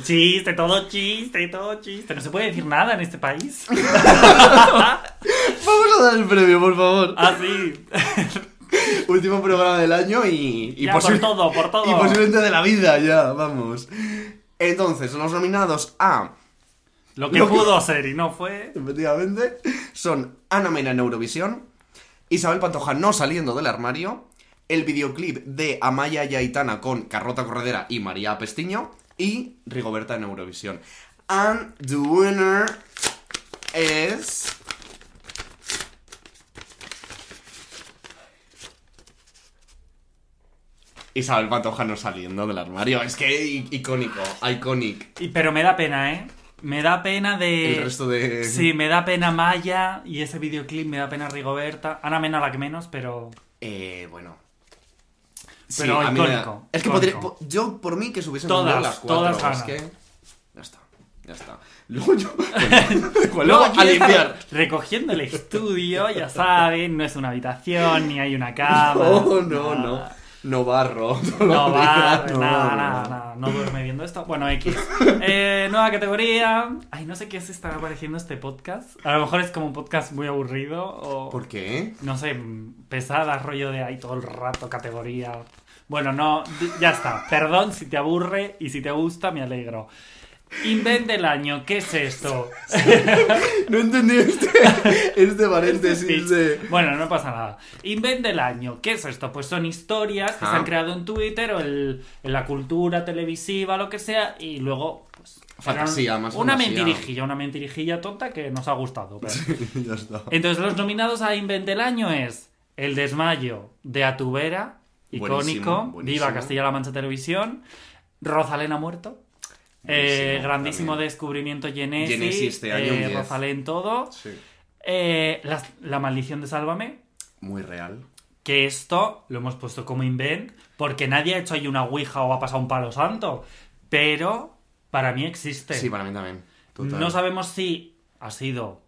Speaker 2: Chiste, todo chiste, todo chiste. No se puede decir nada en este país.
Speaker 1: Vamos a dar el premio, por favor.
Speaker 2: Ah. Así.
Speaker 1: Último programa del año y... y
Speaker 2: Ya, por todo, por todo.
Speaker 1: Y posiblemente de la vida, ya, vamos. Entonces, los nominados a...
Speaker 2: Lo que
Speaker 1: Lo que-
Speaker 2: pudo ser y no fue.
Speaker 1: Efectivamente, son Ana Mena en Eurovisión, Isabel Pantoja no saliendo del armario, el videoclip de Amaya y Aitana con Carlota Corredera y María Pestiño, y Rigoberta en Eurovisión. And the winner is... Isabel Pantojano saliendo del armario. Es que i- icónico, iconic.
Speaker 2: Y- pero me da pena, ¿eh? Me da pena de...
Speaker 1: El resto de-
Speaker 2: Eh, Sí, me da pena Maya y ese videoclip, me da pena Rigoberta. Ana Mena la que menos, pero...
Speaker 1: Eh, bueno.
Speaker 2: Pero
Speaker 1: a mí me da-
Speaker 2: icónico,
Speaker 1: Es que
Speaker 2: icónico.
Speaker 1: podría, po- yo por mí que subiesen
Speaker 2: Todas,
Speaker 1: cambiado las cuatro.
Speaker 2: todas ganan.
Speaker 1: es que ya está, ya está. Luego yo bueno,
Speaker 2: Luego
Speaker 1: Pues luego
Speaker 2: aquí
Speaker 1: a
Speaker 2: estamos
Speaker 1: limpiar.
Speaker 2: Recogiendo el estudio, ya saben, no es una habitación, ni hay una cama.
Speaker 1: No, Oh, no, no.
Speaker 2: nada.
Speaker 1: No barro.
Speaker 2: No
Speaker 1: lo
Speaker 2: va,
Speaker 1: digas, no,
Speaker 2: nada,
Speaker 1: no.
Speaker 2: nada, nada. No duerme viendo esto. Bueno, X. Eh, nueva categoría. Ay, no sé qué se está apareciendo este podcast. A lo mejor es como un podcast muy aburrido o...
Speaker 1: ¿Por qué?
Speaker 2: No sé, mm, pesada, rollo de ahí todo el rato, categoría. Bueno, no, di- ya está. Perdón si te aburre y si te gusta, me alegro. Invent del año, ¿qué es esto?
Speaker 1: No entendí este, este paréntesis de.
Speaker 2: Bueno, no pasa nada. Invent del año, ¿qué es esto? Pues son historias que se
Speaker 1: Ah.
Speaker 2: han creado en Twitter o el- en la cultura televisiva, lo que sea, y luego, pues.
Speaker 1: Fantasía,
Speaker 2: eran
Speaker 1: más
Speaker 2: Una
Speaker 1: fantasía.
Speaker 2: mentirijilla, una mentirijilla tonta que nos ha gustado. pero-
Speaker 1: ya está.
Speaker 2: Entonces, los nominados a Invent del Año es El Desmayo de Atubera, icónico,
Speaker 1: Buenísimo, buenísimo.
Speaker 2: Viva Castilla-La Mancha Televisión, Rosalén ha muerto, eh,
Speaker 1: Buenísimo,
Speaker 2: grandísimo
Speaker 1: también.
Speaker 2: descubrimiento Genesi,
Speaker 1: Genesi este año,
Speaker 2: eh,
Speaker 1: un 10.
Speaker 2: Rosalén todo,
Speaker 1: Sí.
Speaker 2: eh, la, La Maldición de Sálvame,
Speaker 1: Muy real.
Speaker 2: que esto lo hemos puesto como invent porque nadie ha hecho ahí una ouija o ha pasado un palo santo, pero para mí existe.
Speaker 1: Sí, para mí también. Total.
Speaker 2: no sabemos si ha sido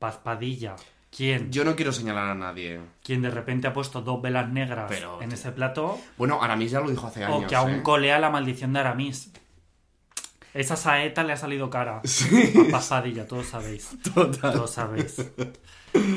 Speaker 2: Paz Padilla, quién,
Speaker 1: Yo no quiero señalar a nadie.
Speaker 2: quien de repente ha puesto dos velas negras
Speaker 1: Pero,
Speaker 2: en
Speaker 1: tío.
Speaker 2: ese plato,
Speaker 1: Bueno, Aramis ya lo dijo hace años.
Speaker 2: o Oh, que aún
Speaker 1: ¿eh?
Speaker 2: colea la maldición de Aramis. Esa saeta le ha salido cara. A pasadilla, todos sabéis. Todos sabéis.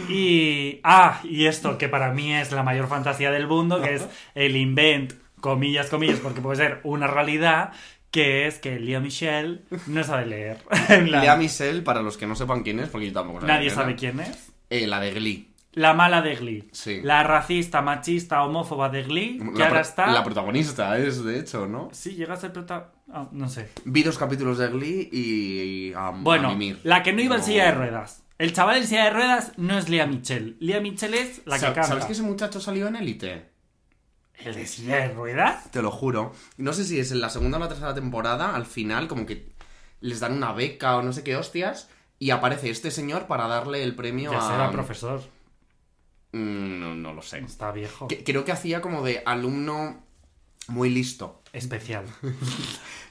Speaker 2: Y. Ah, y esto que para mí es la mayor fantasía del mundo, que es el invent, comillas, comillas, porque puede ser una realidad, que es que Lea Michelle no sabe leer. En plan,
Speaker 1: Lea Michelle, para los que no sepan quién es, porque yo tampoco sabía
Speaker 2: Nadie
Speaker 1: era.
Speaker 2: sabe quién es.
Speaker 1: Eh, la de Glee.
Speaker 2: La mala de Glee.
Speaker 1: Sí.
Speaker 2: La racista, machista, homófoba de Glee. Que
Speaker 1: la,
Speaker 2: ahora
Speaker 1: pro-
Speaker 2: está.
Speaker 1: la protagonista es, de hecho, ¿no?
Speaker 2: Sí, llega a ser prota... ah, no sé.
Speaker 1: Vi dos capítulos de Glee y. y a- a
Speaker 2: Bueno,
Speaker 1: mimir.
Speaker 2: la que no iba en silla de ruedas. El chaval en silla de ruedas no es Lea Michelle. Lea Michelle es la que
Speaker 1: Sa-
Speaker 2: canta.
Speaker 1: ¿Sabes que ese muchacho salió en Elite?
Speaker 2: ¿El de silla de ruedas?
Speaker 1: Te lo juro. No sé si es en la segunda o la tercera temporada, al final, como que les dan una beca o no sé qué hostias, y aparece este señor para darle el premio
Speaker 2: Ya
Speaker 1: a.
Speaker 2: será profesor.
Speaker 1: Mm, No, no lo sé.
Speaker 2: Está viejo.
Speaker 1: Que- creo que hacía como de alumno muy listo.
Speaker 2: Especial.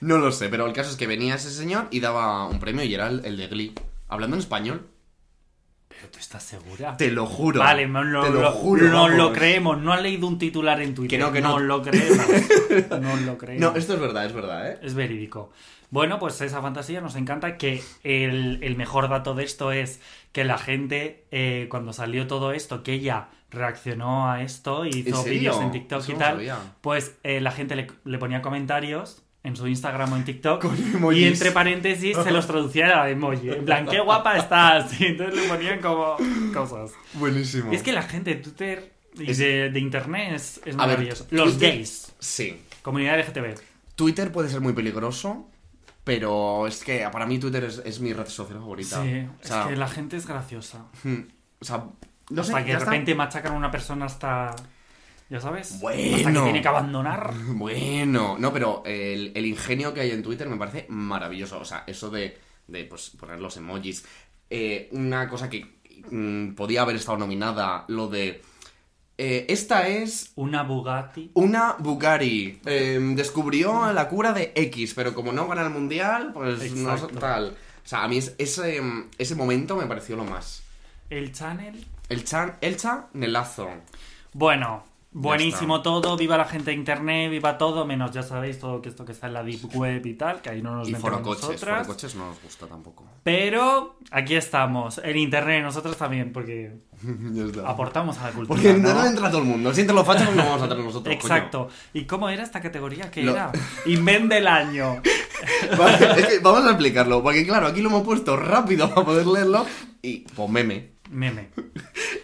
Speaker 1: No lo sé, pero el caso es que venía ese señor y daba un premio y era el, el de Glee. Hablando en español.
Speaker 2: ¿Pero tú estás segura?
Speaker 1: Te lo juro.
Speaker 2: Vale, no lo,
Speaker 1: Te
Speaker 2: lo- no
Speaker 1: vamos.
Speaker 2: lo creemos. No han leído un titular en Twitter.
Speaker 1: Que no, que no.
Speaker 2: lo creemos. no lo creemos.
Speaker 1: No, esto es verdad, es verdad, ¿eh?
Speaker 2: Es verídico. Bueno, pues esa fantasía nos encanta. Que el, el mejor dato de esto es que la gente, eh, cuando salió todo esto, que ella reaccionó a esto y hizo
Speaker 1: serio?
Speaker 2: vídeos en TikTok
Speaker 1: Eso
Speaker 2: y
Speaker 1: no
Speaker 2: tal,
Speaker 1: sabía.
Speaker 2: pues eh, la gente le, le ponía comentarios en su Instagram o en TikTok
Speaker 1: Con
Speaker 2: y
Speaker 1: emojis.
Speaker 2: entre paréntesis se los traducía a emoji. En plan, qué guapa estás. Y entonces le ponían como cosas.
Speaker 1: Buenísimo.
Speaker 2: Y es que la gente de Twitter y
Speaker 1: Es-
Speaker 2: de, de Internet es, es
Speaker 1: A ver,
Speaker 2: maravilloso. Los
Speaker 1: Twitter-
Speaker 2: gays,
Speaker 1: Sí.
Speaker 2: comunidad LGTB.
Speaker 1: Twitter puede ser muy peligroso, pero es que para mí Twitter es, es mi red social favorita.
Speaker 2: Sí,
Speaker 1: o sea,
Speaker 2: es que la gente es graciosa.
Speaker 1: mm, o sea, no sé,
Speaker 2: hasta que
Speaker 1: ya
Speaker 2: de
Speaker 1: está.
Speaker 2: repente machacan a una persona hasta. ¿Ya sabes?
Speaker 1: Bueno.
Speaker 2: Hasta que tiene que abandonar.
Speaker 1: Bueno, no, pero el, el ingenio que hay en Twitter me parece maravilloso. O sea, eso de, de, pues, poner los emojis. Eh, una cosa que mm, podía haber estado nominada, lo de... eh, esta es
Speaker 2: Una Bugatti.
Speaker 1: una Bugari. Eh, descubrió la cura de X, pero como no gana el mundial, pues
Speaker 2: Exacto.
Speaker 1: no tal. O sea, a mí es- ese, ese momento me pareció lo más.
Speaker 2: El Channel.
Speaker 1: El chan, el chanelazo.
Speaker 2: Bueno, buenísimo
Speaker 1: está.
Speaker 2: todo. Viva la gente de internet, viva todo. Menos, ya sabéis, todo que esto que está en la Deep Web y tal, que ahí no nos
Speaker 1: Y
Speaker 2: metemos
Speaker 1: forocoches.
Speaker 2: nosotras.
Speaker 1: Forocoches no nos gusta tampoco.
Speaker 2: Pero aquí estamos, en internet, nosotros también, porque aportamos a la cultura.
Speaker 1: Porque no,
Speaker 2: ¿no?
Speaker 1: entra todo el mundo. Siente lo facho porque no vamos a tener nosotros. coño.
Speaker 2: Exacto. ¿Y cómo era esta categoría? ¿Qué
Speaker 1: Lo-
Speaker 2: era? Invent del año.
Speaker 1: Vale, es que vamos a explicarlo. Porque claro, aquí lo hemos puesto rápido para poder leerlo. Y pues meme.
Speaker 2: Meme.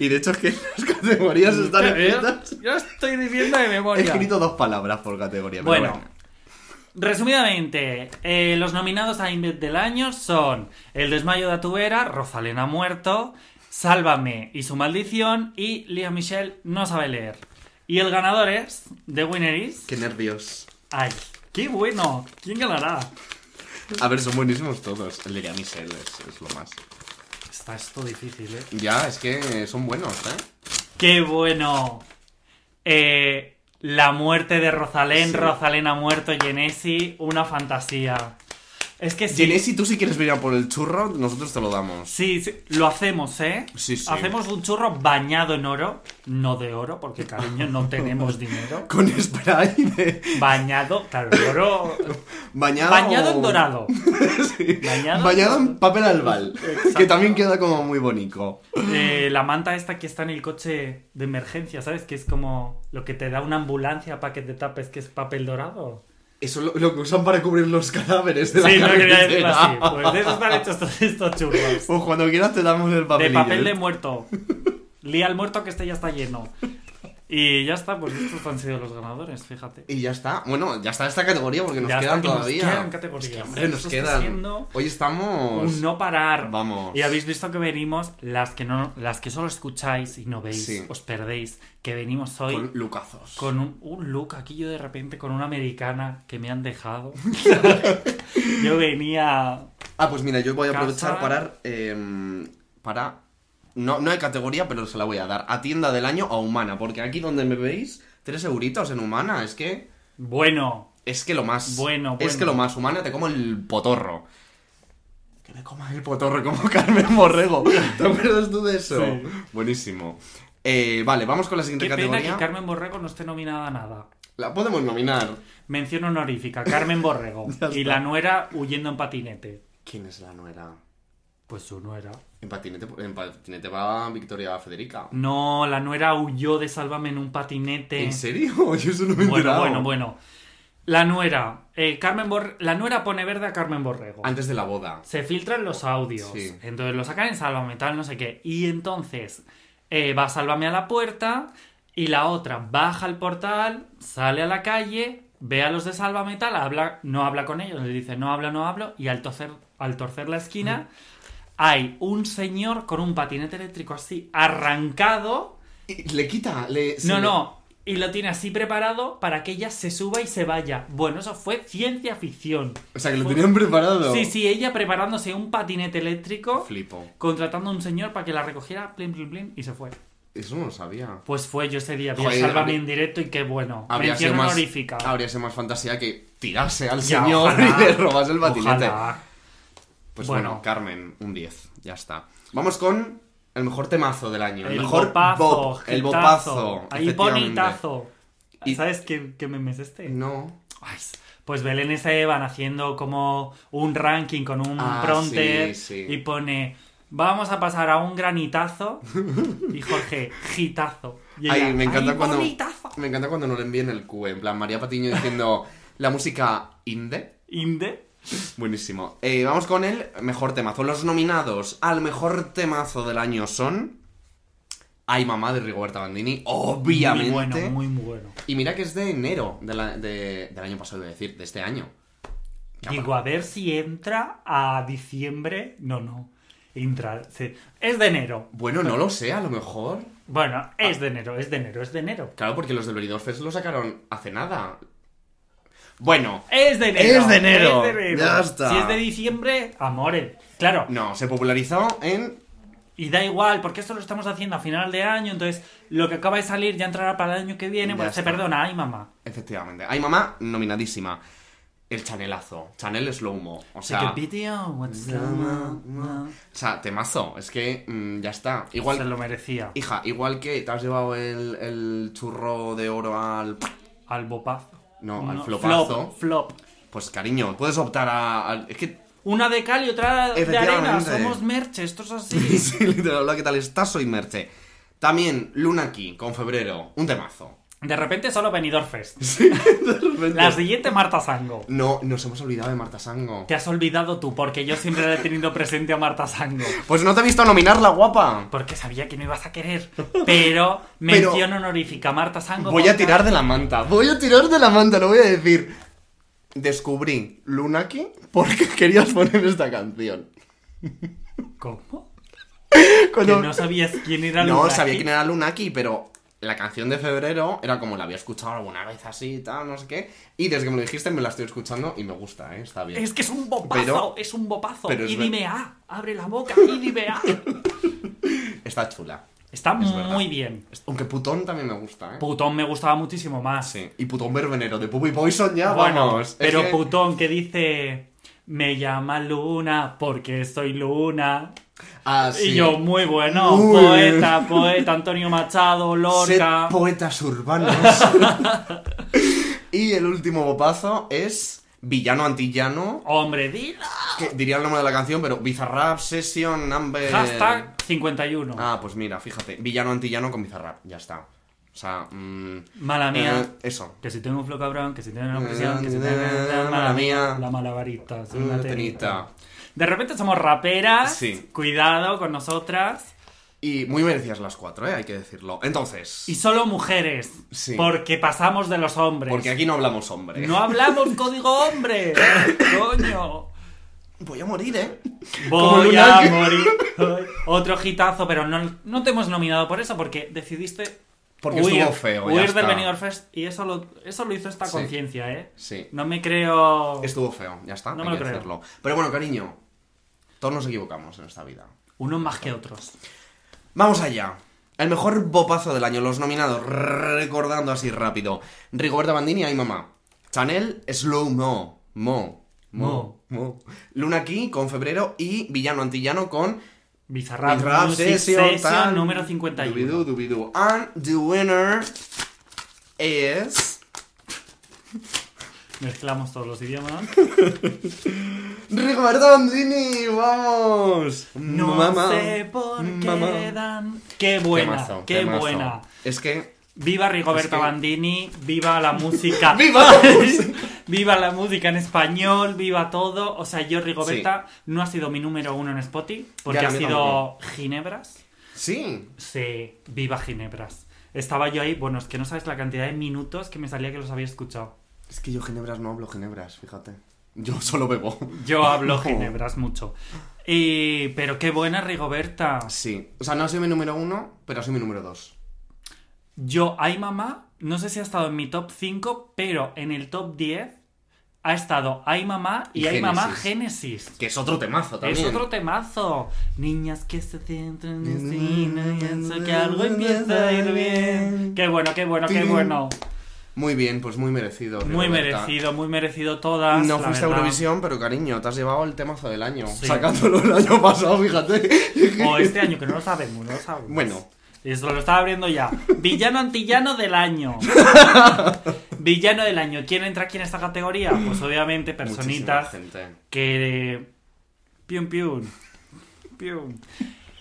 Speaker 1: Y de hecho es que las categorías están
Speaker 2: Yo-
Speaker 1: escritas.
Speaker 2: Yo estoy diciendo de
Speaker 1: He
Speaker 2: memoria.
Speaker 1: escrito dos palabras por categoría. pero
Speaker 2: bueno, Resumidamente, eh, los nominados a Invet del año son El desmayo de Atuera, Rosalena muerto, Sálvame y su maldición y Lía Michelle no sabe leer. Y el ganador es The Winner is...
Speaker 1: Qué nervios.
Speaker 2: ¡Ay, qué bueno! ¿Quién ganará?
Speaker 1: A ver, son buenísimos todos. El de Lea Michele es, es lo más.
Speaker 2: Está esto difícil, ¿eh?
Speaker 1: Ya, es que son buenos, ¿eh?
Speaker 2: ¡Qué bueno! Eh, la muerte de Rosalén,
Speaker 1: Sí.
Speaker 2: Rosalén ha muerto, Genesi, una fantasía. Es que sí,
Speaker 1: Jenny, si tú si quieres venir a por el churro, nosotros te lo damos.
Speaker 2: sí, sí, lo hacemos, ¿eh?
Speaker 1: Sí, sí.
Speaker 2: Hacemos un churro bañado en oro, no de oro, porque cariño, no tenemos dinero.
Speaker 1: Con spray de...
Speaker 2: Bañado, claro, el oro.
Speaker 1: Bañado,
Speaker 2: Bañado
Speaker 1: o-
Speaker 2: en dorado.
Speaker 1: Sí.
Speaker 2: Bañado-
Speaker 1: Bañado, en papel albal.
Speaker 2: Exacto.
Speaker 1: Que también queda como muy bonito.
Speaker 2: Eh, la manta esta que está en el coche de emergencia, ¿sabes? Que es como lo que te da una ambulancia para que te tapes, que es papel dorado.
Speaker 1: Eso es lo, lo que usan para cubrir los cadáveres de
Speaker 2: Sí,
Speaker 1: la
Speaker 2: no quería decirlo
Speaker 1: carretera.
Speaker 2: así. Pues de eso están hechos todos estos churros.
Speaker 1: Pues cuando quieras te damos el
Speaker 2: De
Speaker 1: papelillo. ¿eh?
Speaker 2: papel de muerto. Lía al muerto que este ya está lleno. Y ya está, pues estos han sido los ganadores, fíjate.
Speaker 1: Y ya está. Bueno, ya está esta categoría porque nos
Speaker 2: Ya
Speaker 1: quedan
Speaker 2: está, que nos
Speaker 1: todavía.
Speaker 2: quedan categorías.
Speaker 1: Es que, hombre, nos
Speaker 2: Esto está
Speaker 1: quedan.
Speaker 2: siendo
Speaker 1: Hoy estamos.
Speaker 2: Un no parar.
Speaker 1: Vamos.
Speaker 2: Y habéis visto que venimos, las que no, las que solo escucháis y no veis,
Speaker 1: Sí.
Speaker 2: os perdéis, que venimos hoy
Speaker 1: Con
Speaker 2: con,
Speaker 1: Lucazos.
Speaker 2: un, un look aquí yo de repente con una americana que me han dejado. yo venía
Speaker 1: Ah, pues mira, yo voy a aprovechar
Speaker 2: Casa.
Speaker 1: para. eh, para. No, no hay categoría, pero se la voy a dar. A tienda del año o a humana. Porque aquí donde me veis, tres euritos en humana. Es que.
Speaker 2: bueno.
Speaker 1: Es que lo más.
Speaker 2: Bueno,
Speaker 1: Es
Speaker 2: bueno.
Speaker 1: que lo más humana te como el potorro. Que me coma el potorro como Carmen Borrego. ¿Te acuerdas tú de eso?
Speaker 2: Sí.
Speaker 1: Buenísimo. Eh, vale, vamos con la siguiente
Speaker 2: Qué pena
Speaker 1: categoría.
Speaker 2: que Carmen Borrego no esté nominada a nada.
Speaker 1: La podemos nominar.
Speaker 2: Mención honorífica, Carmen Borrego.
Speaker 1: Ya está.
Speaker 2: y la nuera huyendo en patinete.
Speaker 1: ¿Quién es la nuera?
Speaker 2: Pues su nuera.
Speaker 1: En patinete, en patinete va Victoria Federica.
Speaker 2: No, la nuera huyó de Sálvame en un patinete.
Speaker 1: ¿En serio? Yo eso no me he
Speaker 2: Bueno,
Speaker 1: enterado.
Speaker 2: bueno, bueno. La nuera. eh, Carmen Bor- la nuera pone verde a Carmen Borrego.
Speaker 1: Antes de la boda.
Speaker 2: Se filtran los audios.
Speaker 1: Sí.
Speaker 2: Entonces lo sacan en Sálvame, tal, no sé qué. Y entonces eh, va Sálvame a la puerta y la otra baja al portal, sale a la calle, ve a los de Sálvame, tal, habla, no habla con ellos, le dice no habla, no hablo. Y al torcer, al torcer la esquina hay un señor con un patinete eléctrico así arrancado.
Speaker 1: Y le quita, le. se
Speaker 2: No,
Speaker 1: le-
Speaker 2: no. Y lo tiene así preparado para que ella se suba y se vaya. Bueno, eso fue ciencia ficción.
Speaker 1: O sea, que lo tenían preparado.
Speaker 2: Sí, sí, ella preparándose un patinete eléctrico,
Speaker 1: Flipo.
Speaker 2: contratando a un señor para que la recogiera, plin, plin, plin, y se fue.
Speaker 1: Eso no lo sabía.
Speaker 2: Pues fue yo ese día, vi a
Speaker 1: Joder,
Speaker 2: Sálvame
Speaker 1: habría-
Speaker 2: en directo y qué bueno.
Speaker 1: Habría sido,
Speaker 2: Mención
Speaker 1: más,
Speaker 2: honorífica.
Speaker 1: habría sido más fantasía que tirase al
Speaker 2: Ya,
Speaker 1: señor
Speaker 2: ojalá.
Speaker 1: y le robase el patinete.
Speaker 2: Ojalá.
Speaker 1: Pues bueno.
Speaker 2: Bueno.
Speaker 1: Carmen, un 10. Ya está. Vamos con el mejor temazo del año. El,
Speaker 2: El
Speaker 1: mejor
Speaker 2: bopazo,
Speaker 1: bop, El
Speaker 2: hitazo,
Speaker 1: bopazo.
Speaker 2: Ahí
Speaker 1: efectivamente.
Speaker 2: bonitazo.
Speaker 1: Y-
Speaker 2: ¿Sabes qué, qué meme es este?
Speaker 1: No.
Speaker 2: Ay, Pues Belén Esteban haciendo como un ranking con un
Speaker 1: Ah,
Speaker 2: prompter
Speaker 1: sí, sí.
Speaker 2: y pone vamos a pasar a un granitazo y Jorge gitazo. Y
Speaker 1: Ay,
Speaker 2: ella,
Speaker 1: me encanta
Speaker 2: "Ay,
Speaker 1: cuando.
Speaker 2: bonitazo".
Speaker 1: Me encanta cuando no le envíen el Q. En plan, María Patiño diciendo la música indie.
Speaker 2: Inde.
Speaker 1: Buenísimo. Eh, vamos con el mejor temazo. Los nominados al mejor temazo del año son. Ay, mamá de Rigoberta Bandini, obviamente.
Speaker 2: Muy bueno, muy bueno.
Speaker 1: Y mira que es de enero de la- de- del año pasado, iba a decir, de este año.
Speaker 2: Digo, a ver si entra a diciembre. No, no. Entra. sí. Es de enero.
Speaker 1: Bueno, no lo sé, a lo mejor.
Speaker 2: Bueno, es de enero, es de enero, es de enero.
Speaker 1: Claro, porque los del Benidorm Fest lo sacaron hace nada. Bueno,
Speaker 2: Es de enero.
Speaker 1: Es de enero.
Speaker 2: es de enero.
Speaker 1: Ya está.
Speaker 2: Si es de diciembre, amores. Claro.
Speaker 1: no, se popularizó en.
Speaker 2: Y da igual, porque esto lo estamos haciendo a final de año, entonces lo que acaba de salir ya entrará para el año que viene,
Speaker 1: Ya
Speaker 2: pues se
Speaker 1: está.
Speaker 2: perdona, ay mamá.
Speaker 1: Efectivamente. Ay, mamá, nominadísima. El Chanelazo. Chanel Slowmo. O sea.
Speaker 2: Take a video, what's
Speaker 1: Ya,
Speaker 2: up,
Speaker 1: ma,
Speaker 2: ma.
Speaker 1: O sea, temazo. Es que mm, ya está. Igual,
Speaker 2: Se lo merecía.
Speaker 1: hija, igual que te has llevado el, el churro de oro al.
Speaker 2: Al bopazo.
Speaker 1: No, al flopazo.
Speaker 2: flop. Flop.
Speaker 1: Pues cariño, puedes optar a. al- Es que.
Speaker 2: Una de cal y otra de arena.
Speaker 1: Efectivamente.
Speaker 2: Somos merche, esto es así.
Speaker 1: sí, literal, hola, ¿qué tal estás? Soy Merche. También, Luna aquí, con febrero. Un temazo.
Speaker 2: De repente solo Benidorm Fest.
Speaker 1: De repente.
Speaker 2: La siguiente Marta Sango.
Speaker 1: No, nos hemos olvidado de Marta Sango.
Speaker 2: Te has olvidado tú, porque yo siempre la he tenido presente a Marta Sango.
Speaker 1: Pues no te he visto nominarla, guapa.
Speaker 2: Porque sabía que no ibas a querer. Pero
Speaker 1: Pero-
Speaker 2: mención honorífica, Marta Sango.
Speaker 1: Voy a
Speaker 2: Marta-
Speaker 1: tirar de la manta. Voy a tirar de la manta, lo voy a decir. descubrí Lunaki porque querías poner esta canción.
Speaker 2: ¿Cómo?
Speaker 1: Cuando-
Speaker 2: Que no sabías quién era
Speaker 1: No,
Speaker 2: Lunaki.
Speaker 1: sabía quién era Lunaki, pero la canción de febrero era como la había escuchado alguna vez así y tal, no sé qué. Y desde que me lo dijiste me la estoy escuchando y me gusta, ¿eh? Está bien.
Speaker 2: Es que es un bopazo,
Speaker 1: Pero-
Speaker 2: es un bopazo.
Speaker 1: pero es
Speaker 2: y
Speaker 1: ver-
Speaker 2: dime A, abre la boca y dime A.
Speaker 1: Está chula.
Speaker 2: Está
Speaker 1: Es verdad.
Speaker 2: muy bien.
Speaker 1: Aunque Putón también me gusta, ¿eh?
Speaker 2: Putón me gustaba muchísimo más.
Speaker 1: Sí. Y Putón Verbenero de Puppy Poison ya,
Speaker 2: Bueno,
Speaker 1: vamos. es
Speaker 2: pero
Speaker 1: que-
Speaker 2: Putón que dice me llama Luna porque soy Luna.
Speaker 1: Ah, sí.
Speaker 2: Y yo, muy bueno,
Speaker 1: Muy
Speaker 2: poeta, poeta, Antonio Machado,
Speaker 1: Sed
Speaker 2: Lorca.
Speaker 1: poetas urbanos. y el último bopazo es Villano Antillano,
Speaker 2: Hombre, dilo.
Speaker 1: que diría el nombre de la canción, pero Bizarrap Session Number...
Speaker 2: Hashtag 51.
Speaker 1: Eh. Ah, pues mira, fíjate, Villano Antillano con Bizarrap, ya está. O sea, mm,
Speaker 2: Mala mía.
Speaker 1: eh, eso.
Speaker 2: Que si tengo un flow cabrón, que si tengo una presión, que si tengo una
Speaker 1: Eh, Mala mía.
Speaker 2: La malabarista, soy
Speaker 1: Una
Speaker 2: una
Speaker 1: tenista.
Speaker 2: tenista. De repente somos raperas.
Speaker 1: Sí.
Speaker 2: Cuidado con nosotras.
Speaker 1: Y muy merecidas las cuatro, ¿eh? hay que decirlo. Entonces,
Speaker 2: Y solo mujeres.
Speaker 1: Sí.
Speaker 2: Porque pasamos de los hombres.
Speaker 1: porque aquí no hablamos hombre.
Speaker 2: No hablamos código hombre. Coño.
Speaker 1: Voy a morir, ¿eh? Como
Speaker 2: Voy
Speaker 1: Luna
Speaker 2: a
Speaker 1: que-
Speaker 2: morir. Ay, Otro hitazo, pero no, no te hemos nominado por eso, porque decidiste
Speaker 1: Porque
Speaker 2: huir,
Speaker 1: estuvo feo, ya
Speaker 2: huir
Speaker 1: está.
Speaker 2: del Benidorm Fest y eso lo, eso lo hizo esta
Speaker 1: Sí.
Speaker 2: conciencia, ¿eh?
Speaker 1: Sí.
Speaker 2: No me creo...
Speaker 1: Estuvo feo, ya está.
Speaker 2: No
Speaker 1: hay
Speaker 2: me lo
Speaker 1: que
Speaker 2: creo.
Speaker 1: decirlo. Pero bueno, cariño, todos nos equivocamos en esta vida.
Speaker 2: Unos más que otros.
Speaker 1: Vamos allá. El mejor bopazo del año, los nominados, recordando así rápido. Rigoberta Bandini, Ay Mamá. Chanel, Slow Mo. Mo. Mo. Mo. Luna Key con Febrero y Villano Antillano con...
Speaker 2: Bizarrap,
Speaker 1: Bizarrap
Speaker 2: Music
Speaker 1: Session,
Speaker 2: Session
Speaker 1: eh, tal.
Speaker 2: número 51.
Speaker 1: Dubidú, dubidú. And the winner is...
Speaker 2: Mezclamos todos los idiomas.
Speaker 1: Rigoberta Bandini, vamos.
Speaker 2: No
Speaker 1: Mamá.
Speaker 2: sé por qué
Speaker 1: Mamá.
Speaker 2: dan... Qué buena,
Speaker 1: Temazo,
Speaker 2: qué
Speaker 1: temazo.
Speaker 2: buena.
Speaker 1: Es que...
Speaker 2: Viva
Speaker 1: Es
Speaker 2: Rigoberta
Speaker 1: que-
Speaker 2: Bandini, viva la música.
Speaker 1: ¡Viva la música!
Speaker 2: Viva la música en español, viva todo. O sea, yo Rigoberta no ha sido mi número uno en Spotify, porque
Speaker 1: Ya, a
Speaker 2: ha
Speaker 1: mí
Speaker 2: sido
Speaker 1: tampoco.
Speaker 2: Ginebras.
Speaker 1: Sí.
Speaker 2: Sí, viva Ginebras. Estaba yo ahí, bueno, es que no sabes la cantidad de minutos que me salía que los había escuchado.
Speaker 1: Es que yo ginebras no hablo ginebras, fíjate. Yo solo bebo.
Speaker 2: Yo hablo
Speaker 1: No.
Speaker 2: Ginebras mucho. Y- pero qué buena Rigoberta.
Speaker 1: Sí. O sea, no soy mi número uno, pero soy mi número dos.
Speaker 2: Yo, Ay Mamá, no sé si ha estado en mi top 5, pero en el top 10 ha estado Ay Mamá y,
Speaker 1: Y
Speaker 2: Ay Mamá
Speaker 1: Génesis.
Speaker 2: Génesis.
Speaker 1: Que es otro temazo también.
Speaker 2: Es otro temazo. Niñas que se centran en sí, no pienso que algo empieza a ir bien. Qué bueno, qué bueno, qué
Speaker 1: Tirín.
Speaker 2: bueno.
Speaker 1: Muy bien, pues muy merecido.
Speaker 2: Muy
Speaker 1: Rigoberta.
Speaker 2: merecido, muy merecido todas.
Speaker 1: No
Speaker 2: la
Speaker 1: fuiste a
Speaker 2: verdad.
Speaker 1: Eurovisión, pero cariño, te has llevado el temazo del año.
Speaker 2: Sí.
Speaker 1: Sacándolo el año pasado, fíjate.
Speaker 2: O este año, que no lo sabemos, no lo sabemos.
Speaker 1: Bueno.
Speaker 2: Eso lo estaba abriendo ya. Villano antillano del año. Villano del año. ¿Quién entra aquí en esta categoría? Pues obviamente
Speaker 1: Muchísima
Speaker 2: personitas
Speaker 1: gente.
Speaker 2: que... Pium, pium. Pium.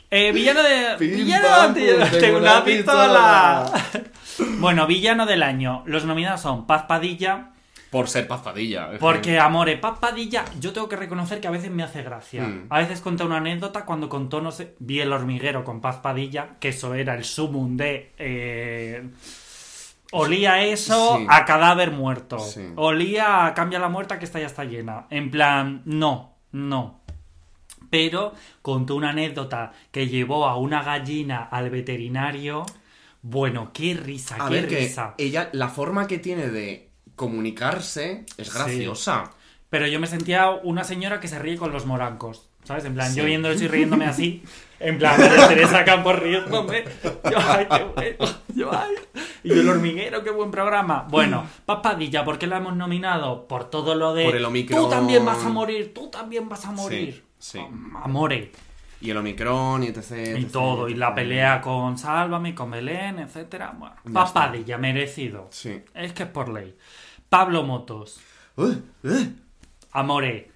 Speaker 2: Eh, villano de...
Speaker 1: Pim,
Speaker 2: villano
Speaker 1: pam,
Speaker 2: antillano.
Speaker 1: pum,
Speaker 2: Tengo una pistola. bueno, villano del año. Los nominados son Paz Padilla.
Speaker 1: Por ser pazadilla.
Speaker 2: Porque, amore, Paz Padilla, yo tengo que reconocer que a veces me hace gracia.
Speaker 1: Mm.
Speaker 2: A veces cuenta una anécdota cuando contó, no sé, vi el hormiguero con Paz Padilla, que eso era el sumum de... eh, olía eso
Speaker 1: Sí.
Speaker 2: a cadáver muerto.
Speaker 1: Sí.
Speaker 2: Olía a cambia la muerta que esta ya está llena. En plan, no, no. Pero contó una anécdota que llevó a una gallina al veterinario. Bueno, qué risa,
Speaker 1: A
Speaker 2: qué
Speaker 1: ver, que
Speaker 2: risa.
Speaker 1: ella, la forma que tiene de comunicarse es
Speaker 2: Sí.
Speaker 1: graciosa.
Speaker 2: Pero yo me sentía una señora que se ríe con los morancos. ¿Sabes? En plan,
Speaker 1: Sí.
Speaker 2: yo viéndolo y riéndome así. En plan, María Teresa Campos riéndome. Yo, ay, qué bueno. Yo, ay. Y yo, el hormiguero, qué buen programa. Bueno, Papadilla, ¿por qué la hemos nominado? Por todo lo de.
Speaker 1: Mm. Por el Omicron.
Speaker 2: Tú también vas a morir, tú también vas a morir.
Speaker 1: sí.
Speaker 2: Am- Amore.
Speaker 1: Y el Omicron, y etc.
Speaker 2: Y
Speaker 1: etc,
Speaker 2: todo. Y la
Speaker 1: etc.
Speaker 2: pelea con Sálvame, con Belén, etcétera. Bueno,
Speaker 1: Ya
Speaker 2: Papadilla, merecido.
Speaker 1: Sí.
Speaker 2: Es que es por ley. Pablo Motos.
Speaker 1: Uh, uh.
Speaker 2: Amore,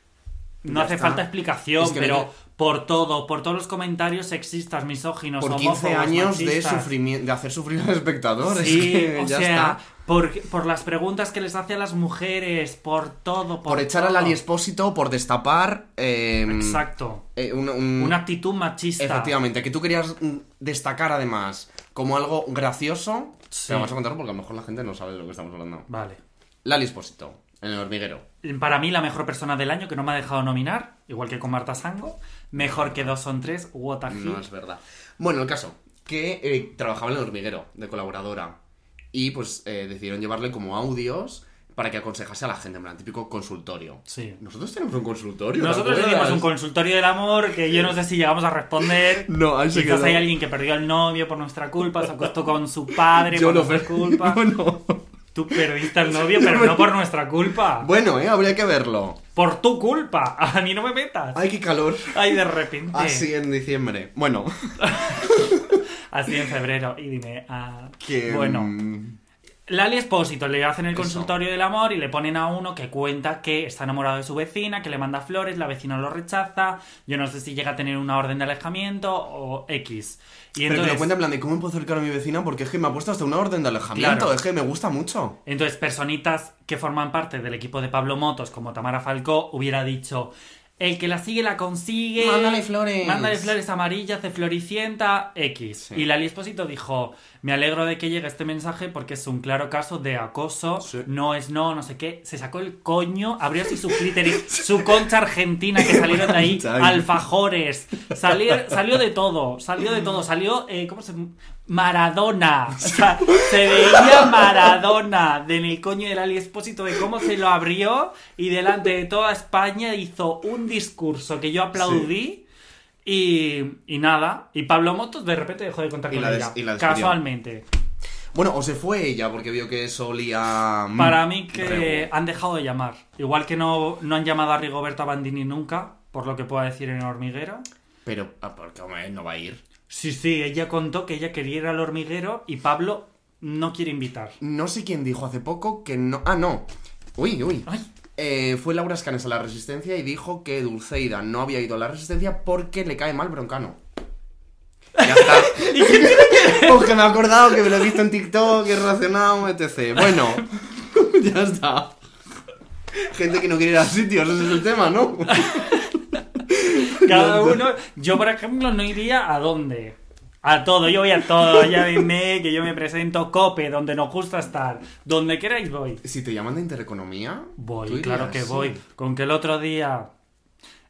Speaker 2: no
Speaker 1: Ya
Speaker 2: hace
Speaker 1: está.
Speaker 2: falta explicación,
Speaker 1: Es que
Speaker 2: pero
Speaker 1: no-
Speaker 2: por todo, por todos los comentarios sexistas, misóginos,
Speaker 1: por 15
Speaker 2: homófobos,
Speaker 1: años de,
Speaker 2: machistas.
Speaker 1: sufrimiento, de hacer sufrir al espectador.
Speaker 2: Sí,
Speaker 1: es que
Speaker 2: o
Speaker 1: ya
Speaker 2: sea,
Speaker 1: está.
Speaker 2: Por, por las preguntas que les hace a las mujeres, por todo, por,
Speaker 1: Por echar al
Speaker 2: todo.
Speaker 1: aliexpósito, por destapar. eh,
Speaker 2: Exacto.
Speaker 1: eh, un- un-
Speaker 2: Una actitud machista.
Speaker 1: Efectivamente, que tú querías mm, destacar además como algo gracioso.
Speaker 2: Sí.
Speaker 1: Te vamos a contar porque a lo mejor la gente no sabe de lo que estamos hablando.
Speaker 2: Vale.
Speaker 1: Lali Espósito, En el hormiguero.
Speaker 2: Para mí, la mejor persona del año que no me ha dejado nominar, igual que con Marta Sango. Mejor que dos son tres, What a
Speaker 1: No
Speaker 2: hit.
Speaker 1: es verdad. Bueno, el caso, que eh, trabajaba en el hormiguero de colaboradora y pues eh, decidieron llevarle como audios para que aconsejase a la gente, en plan, típico consultorio.
Speaker 2: Sí.
Speaker 1: Nosotros tenemos un consultorio. ¿te
Speaker 2: Nosotros
Speaker 1: acuerdas?
Speaker 2: tenemos un consultorio del amor que yo no sé si llegamos a responder.
Speaker 1: No, ahí se
Speaker 2: Quizás
Speaker 1: quedó.
Speaker 2: hay alguien que perdió al novio por nuestra culpa, se acostó con su padre por nuestra
Speaker 1: per-
Speaker 2: culpa.
Speaker 1: Yo no.
Speaker 2: Tú perdiste al novio, pero no por nuestra culpa.
Speaker 1: Bueno, eh, habría que verlo.
Speaker 2: Por tu culpa. A mí no me metas.
Speaker 1: Ay, Ah, qué calor.
Speaker 2: Ay, de repente.
Speaker 1: Así en diciembre. Bueno,
Speaker 2: Así en febrero. Y dime, ah,
Speaker 1: que.
Speaker 2: bueno.
Speaker 1: mm,
Speaker 2: Lali Espósito le hacen el
Speaker 1: Eso.
Speaker 2: consultorio del amor y le ponen a uno que cuenta que está enamorado de su vecina, que le manda flores, la vecina lo rechaza. Yo no sé si llega a tener una orden de alejamiento o X.
Speaker 1: Pero
Speaker 2: Y
Speaker 1: que lo
Speaker 2: entonces,
Speaker 1: cuenta en plan de cómo puedo acercar a mi vecina porque es que me ha puesto hasta una orden de alejamiento.
Speaker 2: Claro.
Speaker 1: Es que me gusta mucho.
Speaker 2: entonces, personitas que forman parte del equipo de Pablo Motos, como Tamara Falcó, hubiera dicho: El que la sigue, la consigue.
Speaker 1: Mándale flores.
Speaker 2: Mándale flores amarillas de floricienta X.
Speaker 1: Sí.
Speaker 2: Y Lali Espósito dijo: Me alegro de que llegue este mensaje porque es un claro caso de acoso.
Speaker 1: Sí.
Speaker 2: No es no, no sé qué. Se sacó el coño, abrió así su clítoris, su concha argentina que salieron de ahí,
Speaker 1: Mancha, ay.
Speaker 2: alfajores. Salió, salió de todo, salió de todo. Salió, eh, ¿cómo se Maradona. O sea, se veía Maradona del el coño del Ali Espósito de cómo se lo abrió y delante de toda España hizo un discurso que yo aplaudí. Y, y nada, y Pablo Motos de repente dejó de contar
Speaker 1: Y
Speaker 2: con
Speaker 1: la des-
Speaker 2: ella.
Speaker 1: y la despidió.
Speaker 2: casualmente.
Speaker 1: Bueno, o se fue ella porque vio que eso olía. mm,
Speaker 2: Para mí que
Speaker 1: rebo.
Speaker 2: han dejado de llamar. Igual que no, no han llamado a Rigoberta Bandini nunca, por lo que pueda decir en el hormiguero.
Speaker 1: Pero, ah, porque hombre, no va a ir.
Speaker 2: Sí, sí, ella contó que ella quería ir al hormiguero y Pablo no quiere invitar.
Speaker 1: No sé quién dijo hace poco que no. Ah, no. Uy, uy.
Speaker 2: Ay.
Speaker 1: Eh, fue Laura Escanes a la Resistencia y dijo que Dulceida no había ido a la Resistencia porque le cae mal Broncano. Ya está. Porque me he acordado que me lo he visto en TikTok, que he relacionado, etc. Bueno, ya está. Gente que no quiere ir a sitios, ese es el tema, ¿no?
Speaker 2: Cada uno. Yo, por ejemplo, no iría a dónde. A todo, yo voy a todo. Llámenme, que yo me presento Cope, donde nos gusta estar. Donde queráis voy.
Speaker 1: Si te llaman de Intereconomía,
Speaker 2: Voy,
Speaker 1: tú
Speaker 2: claro
Speaker 1: irías,
Speaker 2: que
Speaker 1: sí.
Speaker 2: voy. Con que el otro día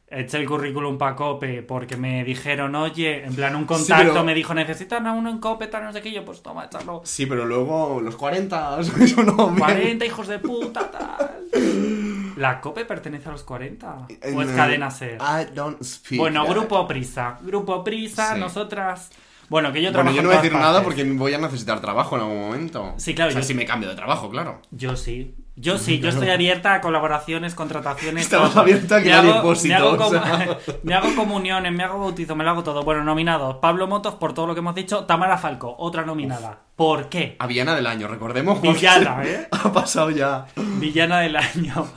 Speaker 2: eché el currículum para COPE porque me dijeron, oye, en plan un contacto
Speaker 1: pero-
Speaker 2: me dijo, necesitan a uno en COPE, tal, no sé qué, yo pues toma, echarlo.
Speaker 1: Sí, pero luego los 40, eso no. me-
Speaker 2: 40 hijos de puta, tal. ¿La COPE pertenece a los 40? ¿O es
Speaker 1: Eh,
Speaker 2: cadena ser?
Speaker 1: I don't speak.
Speaker 2: Bueno, Grupo Prisa. Grupo Prisa,
Speaker 1: Sí.
Speaker 2: nosotras. Bueno, que yo
Speaker 1: Bueno,
Speaker 2: trabajo.
Speaker 1: yo no
Speaker 2: en
Speaker 1: voy a
Speaker 2: todas
Speaker 1: decir nada
Speaker 2: partes.
Speaker 1: porque voy a necesitar trabajo en algún momento.
Speaker 2: Sí, claro,
Speaker 1: O sea,
Speaker 2: yo-
Speaker 1: si me cambio de trabajo, claro.
Speaker 2: Yo sí. Yo sí, yo estoy abierta a colaboraciones, contrataciones.
Speaker 1: Estabas
Speaker 2: todo.
Speaker 1: abierta a
Speaker 2: Me
Speaker 1: crear
Speaker 2: hago-
Speaker 1: depósitos,
Speaker 2: Me hago,
Speaker 1: o
Speaker 2: com-
Speaker 1: sea.
Speaker 2: me hago comuniones, me hago bautizo, me lo hago todo. Bueno, nominados. Pablo Motos, por todo lo que hemos dicho. Tamara Falco, otra nominada. ¿Por qué?
Speaker 1: Aviana del año, recordemos. porque
Speaker 2: Villana, ¿eh?
Speaker 1: Ha pasado ya.
Speaker 2: Villana del año.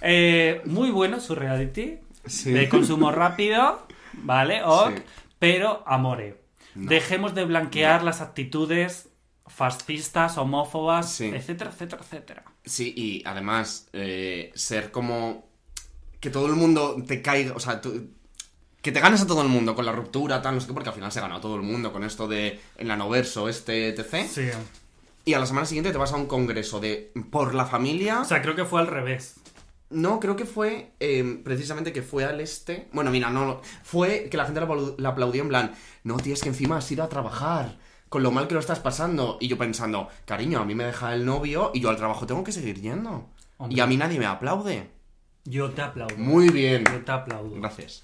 Speaker 2: Eh, muy bueno su reality.
Speaker 1: Sí.
Speaker 2: De consumo rápido. Vale, ok.
Speaker 1: Sí.
Speaker 2: Pero amore. Dejemos de blanquear las actitudes fascistas, homófobas,
Speaker 1: Sí.
Speaker 2: etcétera, etcétera, etcétera.
Speaker 1: Sí, y además, eh, ser como. Que todo el mundo te caiga. O sea, tú- que te ganes a todo el mundo con la ruptura, tal, no sé qué, porque al final se ha ganado todo el mundo con esto de. El nanoverso, este, etc.
Speaker 2: Sí.
Speaker 1: Y a la semana siguiente te vas a un congreso de. Por la familia.
Speaker 2: O sea, creo que fue al revés.
Speaker 1: No, creo que fue eh, precisamente que fue al este. Bueno, mira, no. lo- Fue que la gente la aplau- la aplaudió en plan, no, tío, es que encima has ido a trabajar. Con lo mal que lo estás pasando. Y yo pensando, cariño, a mí me deja el novio y yo al trabajo tengo que seguir yendo.
Speaker 2: Hombre.
Speaker 1: Y a mí nadie me aplaude.
Speaker 2: Yo te aplaudo.
Speaker 1: Muy bien.
Speaker 2: Yo te aplaudo.
Speaker 1: Gracias.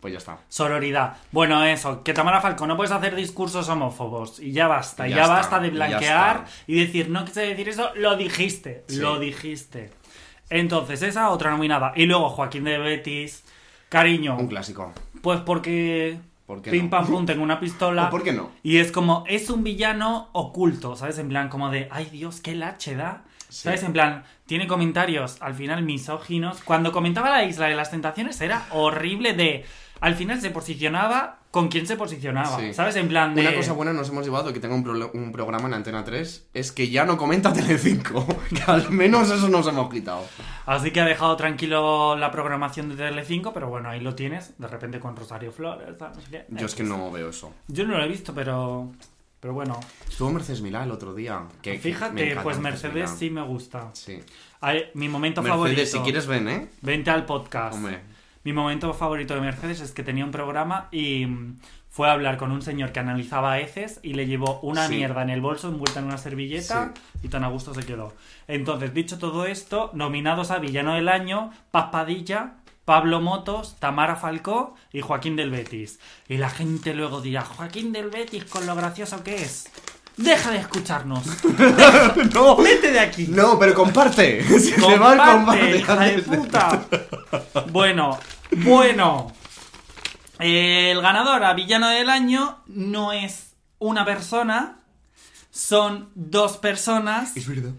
Speaker 1: Pues ya está.
Speaker 2: Sororidad. Bueno, eso, que Tamara Falco, no puedes hacer discursos homófobos. Y ya basta,
Speaker 1: Y
Speaker 2: ya,
Speaker 1: ya está,
Speaker 2: basta de
Speaker 1: y ya
Speaker 2: blanquear
Speaker 1: está.
Speaker 2: y decir, no quise decir eso, lo dijiste,
Speaker 1: Sí.
Speaker 2: lo dijiste. Entonces, esa otra nominada. Y luego Joaquín de Betis. Cariño,
Speaker 1: Un clásico.
Speaker 2: pues porque.
Speaker 1: ¿Por qué
Speaker 2: Pim
Speaker 1: no?
Speaker 2: pam pum, tengo una pistola.
Speaker 1: ¿O por qué no?
Speaker 2: Y es como, es un villano oculto, ¿sabes? En plan, como de, ay Dios, qué lache da.
Speaker 1: Sí.
Speaker 2: ¿Sabes? En plan, tiene comentarios al final misóginos. Cuando comentaba la isla de las tentaciones era horrible de. Al final se posicionaba con quién se posicionaba.
Speaker 1: Sí.
Speaker 2: ¿Sabes? En plan de.
Speaker 1: Una cosa buena nos hemos llevado que tenga un, prolo- un programa en Antena 3 es que ya no comenta Telecinco. Que al menos eso nos hemos quitado.
Speaker 2: Así que ha dejado tranquilo la programación de Telecinco, pero bueno, ahí lo tienes. De repente con Rosario Flores. tal, no sé qué.
Speaker 1: Yo es que no veo eso.
Speaker 2: Yo no lo he visto, pero. Pero bueno,
Speaker 1: Estuvo Mercedes Milá el otro día. que- que
Speaker 2: fíjate,
Speaker 1: me encanta
Speaker 2: pues
Speaker 1: Mercedes
Speaker 2: Mercedes
Speaker 1: Milá.
Speaker 2: sí me gusta.
Speaker 1: Sí.
Speaker 2: A ver, mi momento favorito.
Speaker 1: Mercedes, si quieres ven, ¿eh?
Speaker 2: Vente al podcast.
Speaker 1: Hombre.
Speaker 2: Mi momento favorito de Mercedes es que tenía un programa y mm, fue a hablar con un señor que analizaba heces y le llevó una
Speaker 1: Sí.
Speaker 2: mierda en el bolso envuelta en una servilleta y tan a gusto se quedó. Entonces, dicho todo esto, nominados a Villano del Año, Paz Padilla, Pablo Motos, Tamara Falcó y Joaquín del Betis. Y la gente luego dirá, Joaquín del Betis con lo gracioso que es. Deja de escucharnos.
Speaker 1: ¡No!
Speaker 2: Vete de aquí.
Speaker 1: No, pero comparte. Si te va el
Speaker 2: ¡Comparte,
Speaker 1: combate.
Speaker 2: hija de
Speaker 1: antes de-
Speaker 2: puta! Bueno, bueno. El ganador a villano del año no es una persona, son dos personas.
Speaker 1: Es verdad.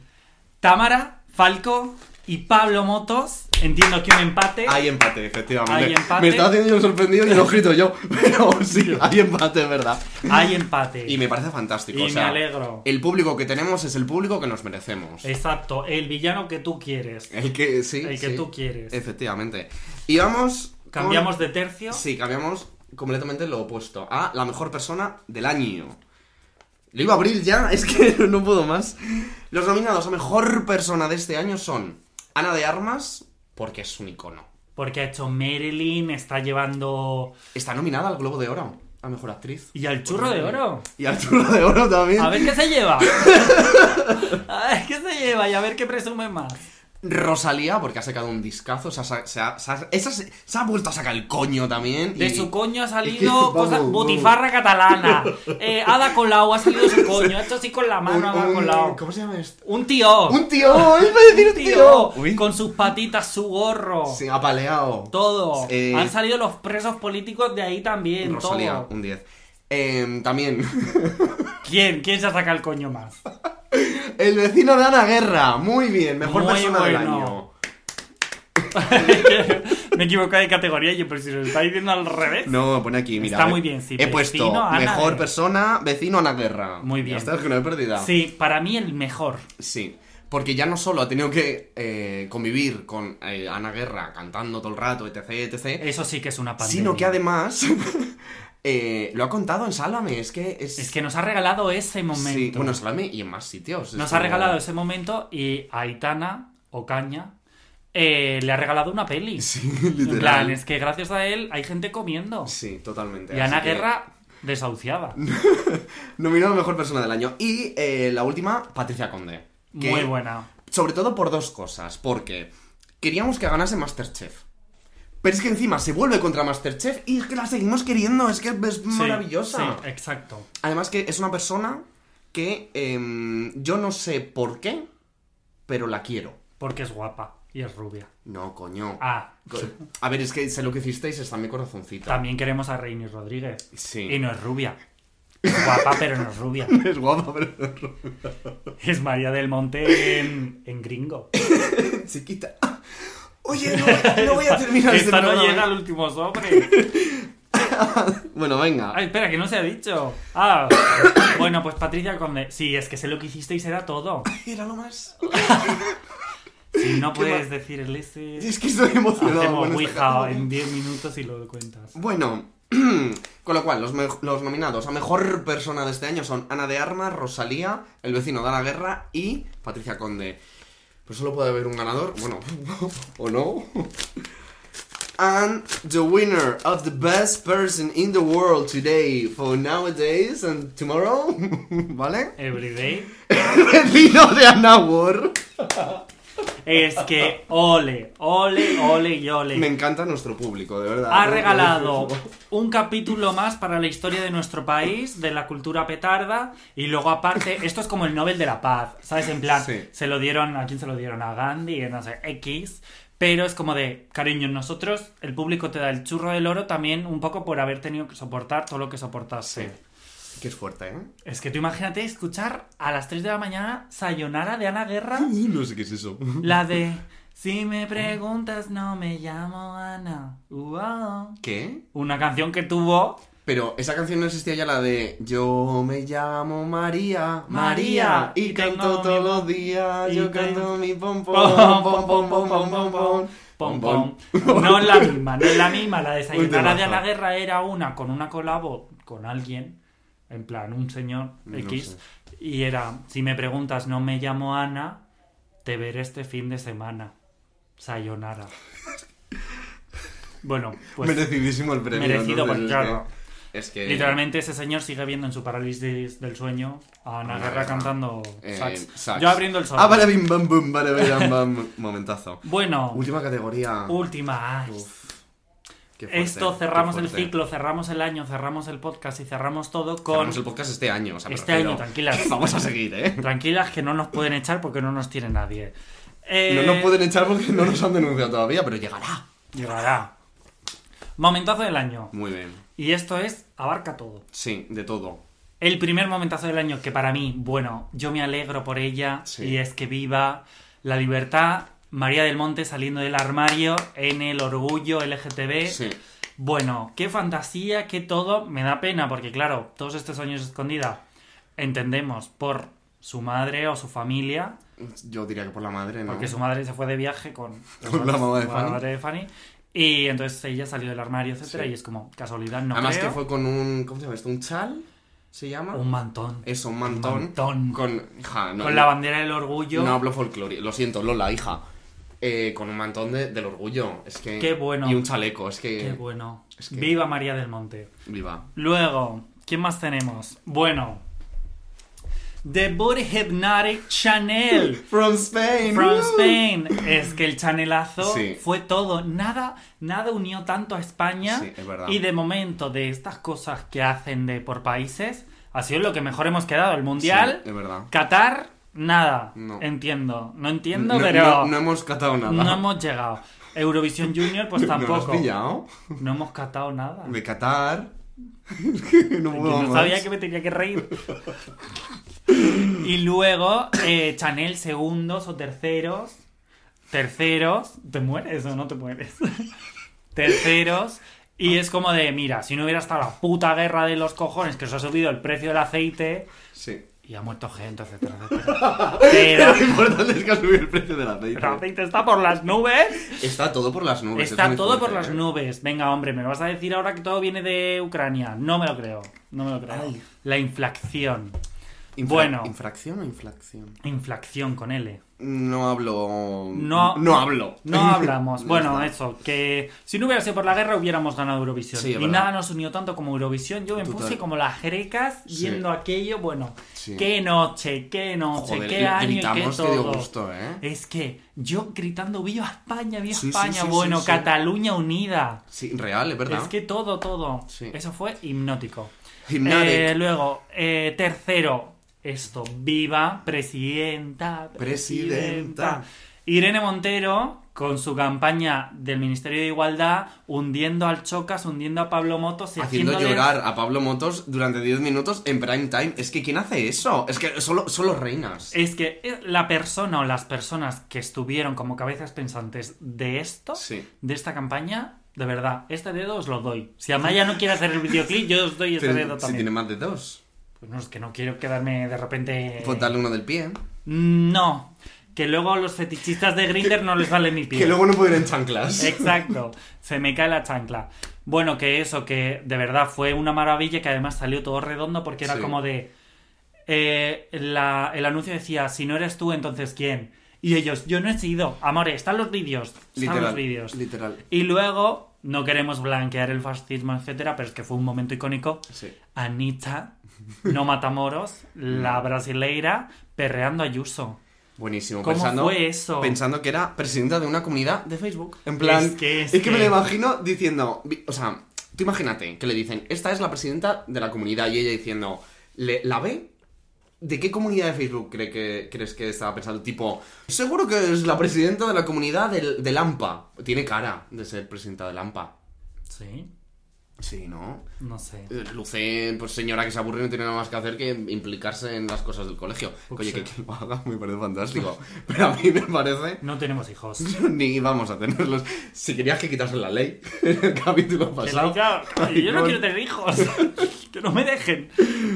Speaker 2: Tamara, Falco y Pablo Motos. Entiendo que un empate.
Speaker 1: Hay empate, efectivamente.
Speaker 2: Hay empate.
Speaker 1: Me estaba haciendo yo el sorprendido y no grito yo. Pero sí, hay empate, es verdad.
Speaker 2: Hay empate.
Speaker 1: Y me parece fantástico.
Speaker 2: Y
Speaker 1: o sea,
Speaker 2: me alegro.
Speaker 1: El público que tenemos es el público que nos merecemos.
Speaker 2: Exacto, el villano que tú quieres.
Speaker 1: El que, sí,
Speaker 2: El que
Speaker 1: sí.
Speaker 2: tú quieres.
Speaker 1: Efectivamente. Y vamos. con-
Speaker 2: Cambiamos de tercio.
Speaker 1: Sí, cambiamos completamente lo opuesto. A la mejor persona del año. Lo iba a abrir ya, es que no puedo más. Los nominados a mejor persona de este año son Ana de Armas, porque es un icono.
Speaker 2: Porque ha hecho Marilyn, está llevando.
Speaker 1: Está nominada al Globo de Oro, a mejor actriz.
Speaker 2: Y al churro de oro.
Speaker 1: Y al Churro de Oro también.
Speaker 2: A ver qué se lleva. A ver qué se lleva y a ver qué presume más.
Speaker 1: Rosalía, porque ha sacado un discazo. Se ha, sa- se ha- se ha- esa se, se ha vuelto a sacar el coño también.
Speaker 2: De
Speaker 1: y-
Speaker 2: su coño ha salido
Speaker 1: Vamos,
Speaker 2: cosa,
Speaker 1: vamos.
Speaker 2: botifarra catalana. Eh, Ada Colau ha salido su coño. Esto sí con la
Speaker 1: un-
Speaker 2: mano, Ada
Speaker 1: un-
Speaker 2: Colau.
Speaker 1: ¿Cómo se llama esto?
Speaker 2: Un tío.
Speaker 1: ¡Un tío! ¡Iba a decir un
Speaker 2: Un
Speaker 1: tío! Uy.
Speaker 2: Con sus patitas, su gorro.
Speaker 1: Sí, apaleado.
Speaker 2: Todo.
Speaker 1: Eh,
Speaker 2: Han salido los presos políticos de ahí también.
Speaker 1: Rosalía,
Speaker 2: todo.
Speaker 1: un 10. Em, también.
Speaker 2: ¿Quién? ¿Quién se saca el coño más?
Speaker 1: el vecino de Ana Guerra. Muy bien, mejor
Speaker 2: Muy
Speaker 1: persona del
Speaker 2: bueno.
Speaker 1: año.
Speaker 2: Me he equivocado de categoría yo, pero si lo está diciendo al revés.
Speaker 1: No, pone aquí, mira.
Speaker 2: Está
Speaker 1: ve-
Speaker 2: muy bien, sí,
Speaker 1: He
Speaker 2: vecino
Speaker 1: puesto
Speaker 2: Ana
Speaker 1: mejor
Speaker 2: Guerra.
Speaker 1: persona, vecino Ana Guerra.
Speaker 2: Muy bien.
Speaker 1: Ya está, es que no he perdido.
Speaker 2: Sí, para mí el mejor.
Speaker 1: Sí, porque ya no solo ha tenido que eh, convivir con eh, Ana Guerra cantando todo el rato, etc, etc,
Speaker 2: Eso sí que es una pandemia.
Speaker 1: sino que además eh, lo ha contado en Sálame, es que es...
Speaker 2: Es que nos ha regalado ese momento.
Speaker 1: Sí, bueno, en Sálame y en más sitios. es
Speaker 2: nos ha
Speaker 1: como-
Speaker 2: regalado ese momento y a Aitana Ocaña eh, le ha regalado una peli.
Speaker 1: Sí,
Speaker 2: En
Speaker 1: literal.
Speaker 2: plan, es que gracias a él hay gente comiendo.
Speaker 1: Sí, totalmente.
Speaker 2: y
Speaker 1: así
Speaker 2: Ana
Speaker 1: que-
Speaker 2: Guerra desahuciada.
Speaker 1: Nominado a Mejor Persona del Año. Y eh, la última, Patricia Conde. que-
Speaker 2: Muy buena.
Speaker 1: Sobre todo por dos cosas. Porque queríamos que ganase Masterchef. Pero es que encima se vuelve contra Masterchef y es que la seguimos queriendo. Es que es
Speaker 2: Sí,
Speaker 1: maravillosa.
Speaker 2: Sí, eh. exacto.
Speaker 1: Además que es una persona que em, yo no sé por qué, pero la quiero.
Speaker 2: Porque es guapa y es rubia.
Speaker 1: No, coño.
Speaker 2: Ah,
Speaker 1: Co- A ver, es que sé lo que hicisteis, está en mi corazoncito.
Speaker 2: también queremos a Reini Rodríguez.
Speaker 1: Sí.
Speaker 2: Y no es rubia. Es guapa, pero no es rubia.
Speaker 1: Es guapa, pero
Speaker 2: Es María del Monte en, en gringo.
Speaker 1: chiquita. Oye, no, voy- no voy a terminar este
Speaker 2: Esta no
Speaker 1: programa.
Speaker 2: llega al último sobre.
Speaker 1: Bueno, venga.
Speaker 2: Ay, espera, que no se ha dicho. Ah, bueno, pues Patricia Conde. Sí, es que sé lo que hicisteis era todo.
Speaker 1: Era lo más.
Speaker 2: Si no
Speaker 1: Qué mal.
Speaker 2: puedes decir el S,
Speaker 1: Es que estoy emocionado.
Speaker 2: hacemos
Speaker 1: con esta
Speaker 2: Ouija
Speaker 1: categoría.
Speaker 2: en 10 minutos y lo cuentas.
Speaker 1: Bueno, con lo cual, los, me- los nominados a mejor persona de este año son Ana de Armas, Rosalía, el vecino de Ana Guerra y Patricia Conde. Pero solo puede haber un ganador, bueno, o no. And the winner of the best person in the world today for nowadays and tomorrow, ¿vale?
Speaker 2: Everyday.
Speaker 1: El vecino de Ana Ward.
Speaker 2: Es que ole, ole, ole y
Speaker 1: Me
Speaker 2: ole.
Speaker 1: encanta nuestro público, de verdad. ¿eh?
Speaker 2: Ha regalado un capítulo más para la historia de nuestro país, de la cultura petarda, y luego aparte, esto es como el Nobel de la Paz, ¿sabes? En plan,
Speaker 1: Sí.
Speaker 2: se lo dieron, ¿a quién se lo dieron? A Gandhi, no sé, X, pero es como de, cariño, nosotros, el público te da el churro del oro también un poco por haber tenido que soportar todo lo que soportaste.
Speaker 1: Sí. Que es fuerte, ¿eh?
Speaker 2: Es que tú imagínate escuchar a las 3 de la mañana Sayonara de Ana Guerra,
Speaker 1: Ah, No sé qué es eso.
Speaker 2: la de Si me preguntas no me llamo Ana. Uau.
Speaker 1: ¿Qué?
Speaker 2: Una canción que tuvo
Speaker 1: Pero esa canción no existía ya la de Yo me llamo María,
Speaker 2: María,
Speaker 1: María,
Speaker 2: y
Speaker 1: y
Speaker 2: tengo
Speaker 1: canto
Speaker 2: mi
Speaker 1: todos
Speaker 2: pom-
Speaker 1: los días,
Speaker 2: y
Speaker 1: yo
Speaker 2: ten-
Speaker 1: canto mi pom pom
Speaker 2: Pom,
Speaker 1: pom
Speaker 2: pom,
Speaker 1: pom pom pom pom pom
Speaker 2: Pom,
Speaker 1: pom
Speaker 2: pom. No es la misma, no es la misma. La de
Speaker 1: Un
Speaker 2: Sayonara de
Speaker 1: temazo.
Speaker 2: Ana Guerra era una con una colabo con alguien. en plan un señor
Speaker 1: No
Speaker 2: X, y era, si me preguntas, no me llamo Ana, te veré este fin de semana. Sayonara. Bueno, pues
Speaker 1: Merecidísimo el premio.
Speaker 2: merecido,
Speaker 1: entonces,
Speaker 2: pues,
Speaker 1: es
Speaker 2: claro.
Speaker 1: que- Es que.
Speaker 2: literalmente ese señor sigue viendo en su parálisis del sueño a Ana
Speaker 1: Ana
Speaker 2: Guerra
Speaker 1: Guerra.
Speaker 2: cantando
Speaker 1: eh,
Speaker 2: sax.
Speaker 1: sax.
Speaker 2: Yo abriendo el sol.
Speaker 1: Ah, vale, bim, bam, bum, vale, vale, bam, bam. Momentazo.
Speaker 2: Bueno,
Speaker 1: Última categoría.
Speaker 2: última. Ay,
Speaker 1: Uf. Qué fuerte,
Speaker 2: Esto
Speaker 1: qué
Speaker 2: cerramos el
Speaker 1: fuerte.
Speaker 2: ciclo, cerramos el año, cerramos el podcast y cerramos todo con.
Speaker 1: Cerramos el podcast este año, o sea, me
Speaker 2: Este
Speaker 1: refiero-
Speaker 2: año, tranquilas.
Speaker 1: Vamos a seguir, ¿eh?
Speaker 2: Tranquilas que no nos pueden echar porque no nos tiene nadie. Eh,
Speaker 1: No nos pueden echar porque no nos han denunciado todavía, pero llegará.
Speaker 2: Llegará. Momentazo del año.
Speaker 1: Muy bien.
Speaker 2: Y esto es, abarca todo.
Speaker 1: Sí, de todo.
Speaker 2: El primer momentazo del año que para mí, bueno, yo me alegro por ella
Speaker 1: Sí.
Speaker 2: y es que viva la libertad. María del Monte saliendo del armario en el orgullo LGTB.
Speaker 1: Sí.
Speaker 2: Bueno, qué fantasía, qué todo. Me da pena porque, claro, todos estos años escondida entendemos por su madre o su familia,
Speaker 1: Yo diría que por la madre, ¿no?
Speaker 2: porque su madre se fue de viaje con,
Speaker 1: Con la mamá de
Speaker 2: con
Speaker 1: Fanny.
Speaker 2: madre de Fanny, Y entonces ella salió del armario, etcétera,
Speaker 1: Sí.
Speaker 2: y es como casualidad, no
Speaker 1: Además
Speaker 2: creo.
Speaker 1: que fue con un... ¿Cómo se llama esto? ¿Un chal? ¿Se llama?
Speaker 2: un mantón.
Speaker 1: Eso, un mantón.
Speaker 2: mantón.
Speaker 1: Con... Ja, Eh, no,
Speaker 2: con la bandera del orgullo.
Speaker 1: No hablo folclore. Lo siento, Lola, hija. Eh, con un mantón de- del orgullo. Es que...
Speaker 2: Qué bueno.
Speaker 1: Y un chaleco. Es que...
Speaker 2: Qué bueno.
Speaker 1: es que-
Speaker 2: Viva María del Monte.
Speaker 1: Viva.
Speaker 2: Luego, ¿quién más tenemos? Bueno, The Body Hypnotic Chanel.
Speaker 1: From Spain.
Speaker 2: From
Speaker 1: woo.
Speaker 2: Spain. Es que el chanelazo
Speaker 1: Sí.
Speaker 2: fue todo. Nada, nada unió tanto a España.
Speaker 1: Sí, es verdad.
Speaker 2: Y de momento, de estas cosas que hacen de por países, ha sido lo que mejor hemos quedado. El Mundial,
Speaker 1: Sí, es verdad.
Speaker 2: Qatar, nada.
Speaker 1: No.
Speaker 2: Entiendo. No entiendo,
Speaker 1: No-
Speaker 2: pero
Speaker 1: no, no hemos catado nada.
Speaker 2: no hemos llegado. Eurovisión Junior, pues
Speaker 1: ¿No lo has
Speaker 2: tampoco.
Speaker 1: pillado?
Speaker 2: No hemos catado nada.
Speaker 1: De Qatar. no
Speaker 2: Que
Speaker 1: puedo
Speaker 2: no
Speaker 1: más.
Speaker 2: sabía que me tenía que reír. y luego, eh, Chanel segundos o terceros. Terceros. ¿Te mueres o no te mueres? terceros. Y es como de, mira, si no hubiera estado la puta guerra de los cojones que os ha subido el precio del aceite
Speaker 1: Sí.
Speaker 2: y ha muerto gente, etcétera, etcétera. Pero
Speaker 1: Lo importante es que ha subido el precio del
Speaker 2: el
Speaker 1: aceite.
Speaker 2: aceite está por las nubes.
Speaker 1: Está todo por las nubes. es
Speaker 2: Está
Speaker 1: muy
Speaker 2: todo por
Speaker 1: fuerte,
Speaker 2: las
Speaker 1: ¿eh?
Speaker 2: nubes. Venga, hombre, me vas a decir ahora que todo viene de Ucrania. No me lo creo. No me lo creo.
Speaker 1: Ay.
Speaker 2: La inflación.
Speaker 1: Infra-
Speaker 2: Bueno.
Speaker 1: ¿Infracción o inflación?
Speaker 2: Inflación con L.
Speaker 1: No hablo.
Speaker 2: No-
Speaker 1: no hablo.
Speaker 2: No hablamos.
Speaker 1: Ya
Speaker 2: bueno,
Speaker 1: está.
Speaker 2: eso, que si no hubiera sido por la guerra hubiéramos ganado Eurovisión.
Speaker 1: Sí, es
Speaker 2: y
Speaker 1: verdad.
Speaker 2: nada nos unió tanto como Eurovisión. Yo me
Speaker 1: Total.
Speaker 2: puse como las jerecas
Speaker 1: Sí.
Speaker 2: viendo aquello. Bueno,
Speaker 1: Sí.
Speaker 2: qué noche, qué noche,
Speaker 1: Joder,
Speaker 2: qué
Speaker 1: y
Speaker 2: año y qué
Speaker 1: gritamos que dio
Speaker 2: todo.
Speaker 1: gusto, ¿eh?
Speaker 2: Es que yo gritando, viva España, viva
Speaker 1: Sí, sí,
Speaker 2: España.
Speaker 1: sí, sí,
Speaker 2: bueno,
Speaker 1: sí.
Speaker 2: Cataluña unida.
Speaker 1: Sí, real, es verdad.
Speaker 2: Es que todo, todo.
Speaker 1: Sí.
Speaker 2: Eso fue hipnótico.
Speaker 1: Hypnotic.
Speaker 2: Eh, luego, eh, tercero, esto, viva, presidenta,
Speaker 1: Presidenta.
Speaker 2: Irene Montero, con su campaña del Ministerio de Igualdad, hundiendo al Chocas, hundiendo a Pablo Motos y
Speaker 1: Haciendo
Speaker 2: haciéndole-
Speaker 1: llorar a Pablo Motos durante 10 minutos en prime time. Es que ¿quién hace eso? Es que solo, solo reinas.
Speaker 2: Es que eh, la persona o las personas que estuvieron como cabezas pensantes de esto,
Speaker 1: Sí.
Speaker 2: de esta campaña, de verdad, este dedo os lo doy. Si Amaya no quiere hacer el videoclip, yo os doy este
Speaker 1: Pero
Speaker 2: dedo
Speaker 1: si
Speaker 2: también.
Speaker 1: tiene más de dos.
Speaker 2: Pues no, es que no quiero quedarme de repente.
Speaker 1: Pues dale uno del pie.
Speaker 2: No, que luego a los fetichistas de Grinder no les vale mi pie.
Speaker 1: Que luego no pueden ir en chanclas.
Speaker 2: Exacto, se me cae la chancla. Bueno, que eso, que de verdad fue una maravilla que además salió todo redondo porque era
Speaker 1: Sí.
Speaker 2: como de. eh, la- el anuncio decía: si no eres tú, entonces quién. Y ellos, yo no he sido. Amores, están los vídeos. Están los
Speaker 1: Literal.
Speaker 2: vídeos.
Speaker 1: Literal.
Speaker 2: Y luego, no queremos blanquear el fascismo, etcétera, pero es que fue un momento icónico.
Speaker 1: Sí.
Speaker 2: Anita, no matamoros, la brasileira, perreando a Ayuso.
Speaker 1: Buenísimo.
Speaker 2: ¿Cómo
Speaker 1: pensando,
Speaker 2: fue eso?
Speaker 1: Pensando que era presidenta de una comunidad de Facebook. En plan,
Speaker 2: Es que- es
Speaker 1: me lo
Speaker 2: que-
Speaker 1: imagino diciendo, vi- o sea, tú imagínate que le dicen, esta es la presidenta de la comunidad y ella diciendo, "Le- ¿la ve? ¿De qué comunidad de Facebook cree que, crees que estaba pensando? Tipo, seguro que es la presidenta de la comunidad del, del AMPA. Tiene cara de ser presidenta del AMPA.
Speaker 2: Sí,
Speaker 1: Sí, ¿no?
Speaker 2: no sé.
Speaker 1: Eh, Luce, pues señora que se aburre y no tiene nada más que hacer que implicarse en las cosas del colegio.
Speaker 2: Pues
Speaker 1: Oye,
Speaker 2: sí.
Speaker 1: que, que lo haga me parece fantástico. Pero a mí me parece
Speaker 2: No tenemos hijos.
Speaker 1: ni vamos a tenerlos. Si querías que quitasen la ley en el capítulo
Speaker 2: Que
Speaker 1: pasado.
Speaker 2: no, claro,
Speaker 1: Ay,
Speaker 2: yo no
Speaker 1: no.
Speaker 2: quiero tener hijos. que no me dejen.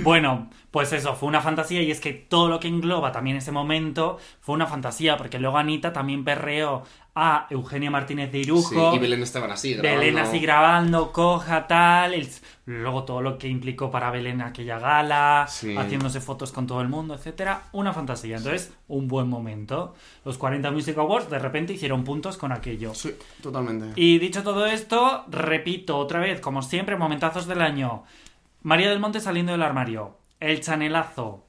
Speaker 2: Bueno, pues eso, fue una fantasía y es que todo lo que engloba también ese momento fue una fantasía, porque luego Anita también perreó a Eugenia Martínez de
Speaker 1: Sí,
Speaker 2: Irujo.
Speaker 1: y Belén estaban así, grabando.
Speaker 2: Belén así grabando, coja, tal. el- Luego todo lo que implicó para Belén aquella gala,
Speaker 1: Sí.
Speaker 2: haciéndose fotos con todo el mundo, etcétera. Una fantasía. Entonces, un buen momento. Los 40 Music Awards de repente hicieron puntos con aquello.
Speaker 1: Sí, totalmente.
Speaker 2: Y dicho todo esto, repito otra vez, como siempre, momentazos del año. María del Monte saliendo del armario. El chanelazo.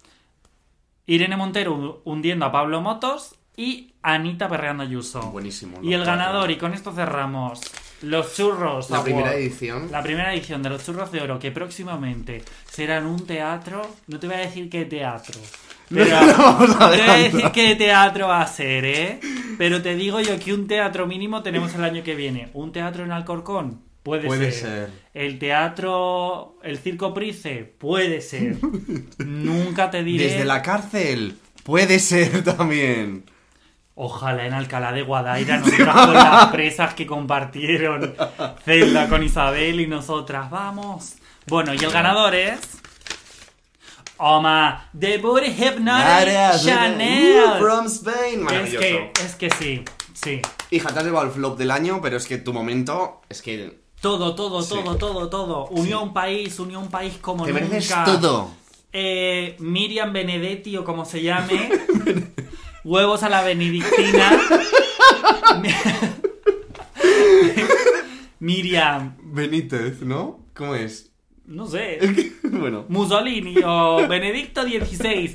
Speaker 2: Irene Montero hundiendo a Pablo Motos. Y Anita perreando a Yuso.
Speaker 1: Buenísimo.
Speaker 2: Y
Speaker 1: los
Speaker 2: el
Speaker 1: cuatro.
Speaker 2: ganador, y con esto cerramos, los churros.
Speaker 1: La
Speaker 2: Award.
Speaker 1: primera edición.
Speaker 2: La primera edición de los churros de oro, que próximamente será en un teatro. No te voy a decir qué teatro. Pero no te voy a decir qué teatro va a ser, ¿eh? Pero te digo yo que un teatro mínimo tenemos el año que viene. ¿Un teatro en Alcorcón? Puede,
Speaker 1: Puede ser.
Speaker 2: El teatro. El Circo Price? Puede ser. Nunca te diré.
Speaker 1: Desde la cárcel. Puede ser también.
Speaker 2: Ojalá en Alcalá de Guadaira nosotras con las presas que compartieron Zelda con Isabel y nosotras. Vamos. Bueno, y el ganador es. Oma, The Booty Hypnotic
Speaker 1: Uh,
Speaker 2: Chanel.
Speaker 1: From Spain.
Speaker 2: Es
Speaker 1: Maravilloso.
Speaker 2: que, es que sí, sí.
Speaker 1: Hija, te has llevado el flop del año, pero es que tu momento es que
Speaker 2: Todo, todo,
Speaker 1: Sí.
Speaker 2: todo, todo, todo. Unió un país, unió un país como
Speaker 1: te
Speaker 2: nunca.
Speaker 1: mereces todo.
Speaker 2: Eh, Miriam Benedetti o como se llame. Huevos a la benedictina. Mi- Miriam,
Speaker 1: Benítez, ¿no? ¿Cómo es?
Speaker 2: no sé.
Speaker 1: bueno.
Speaker 2: Mussolini o Benedicto XVI.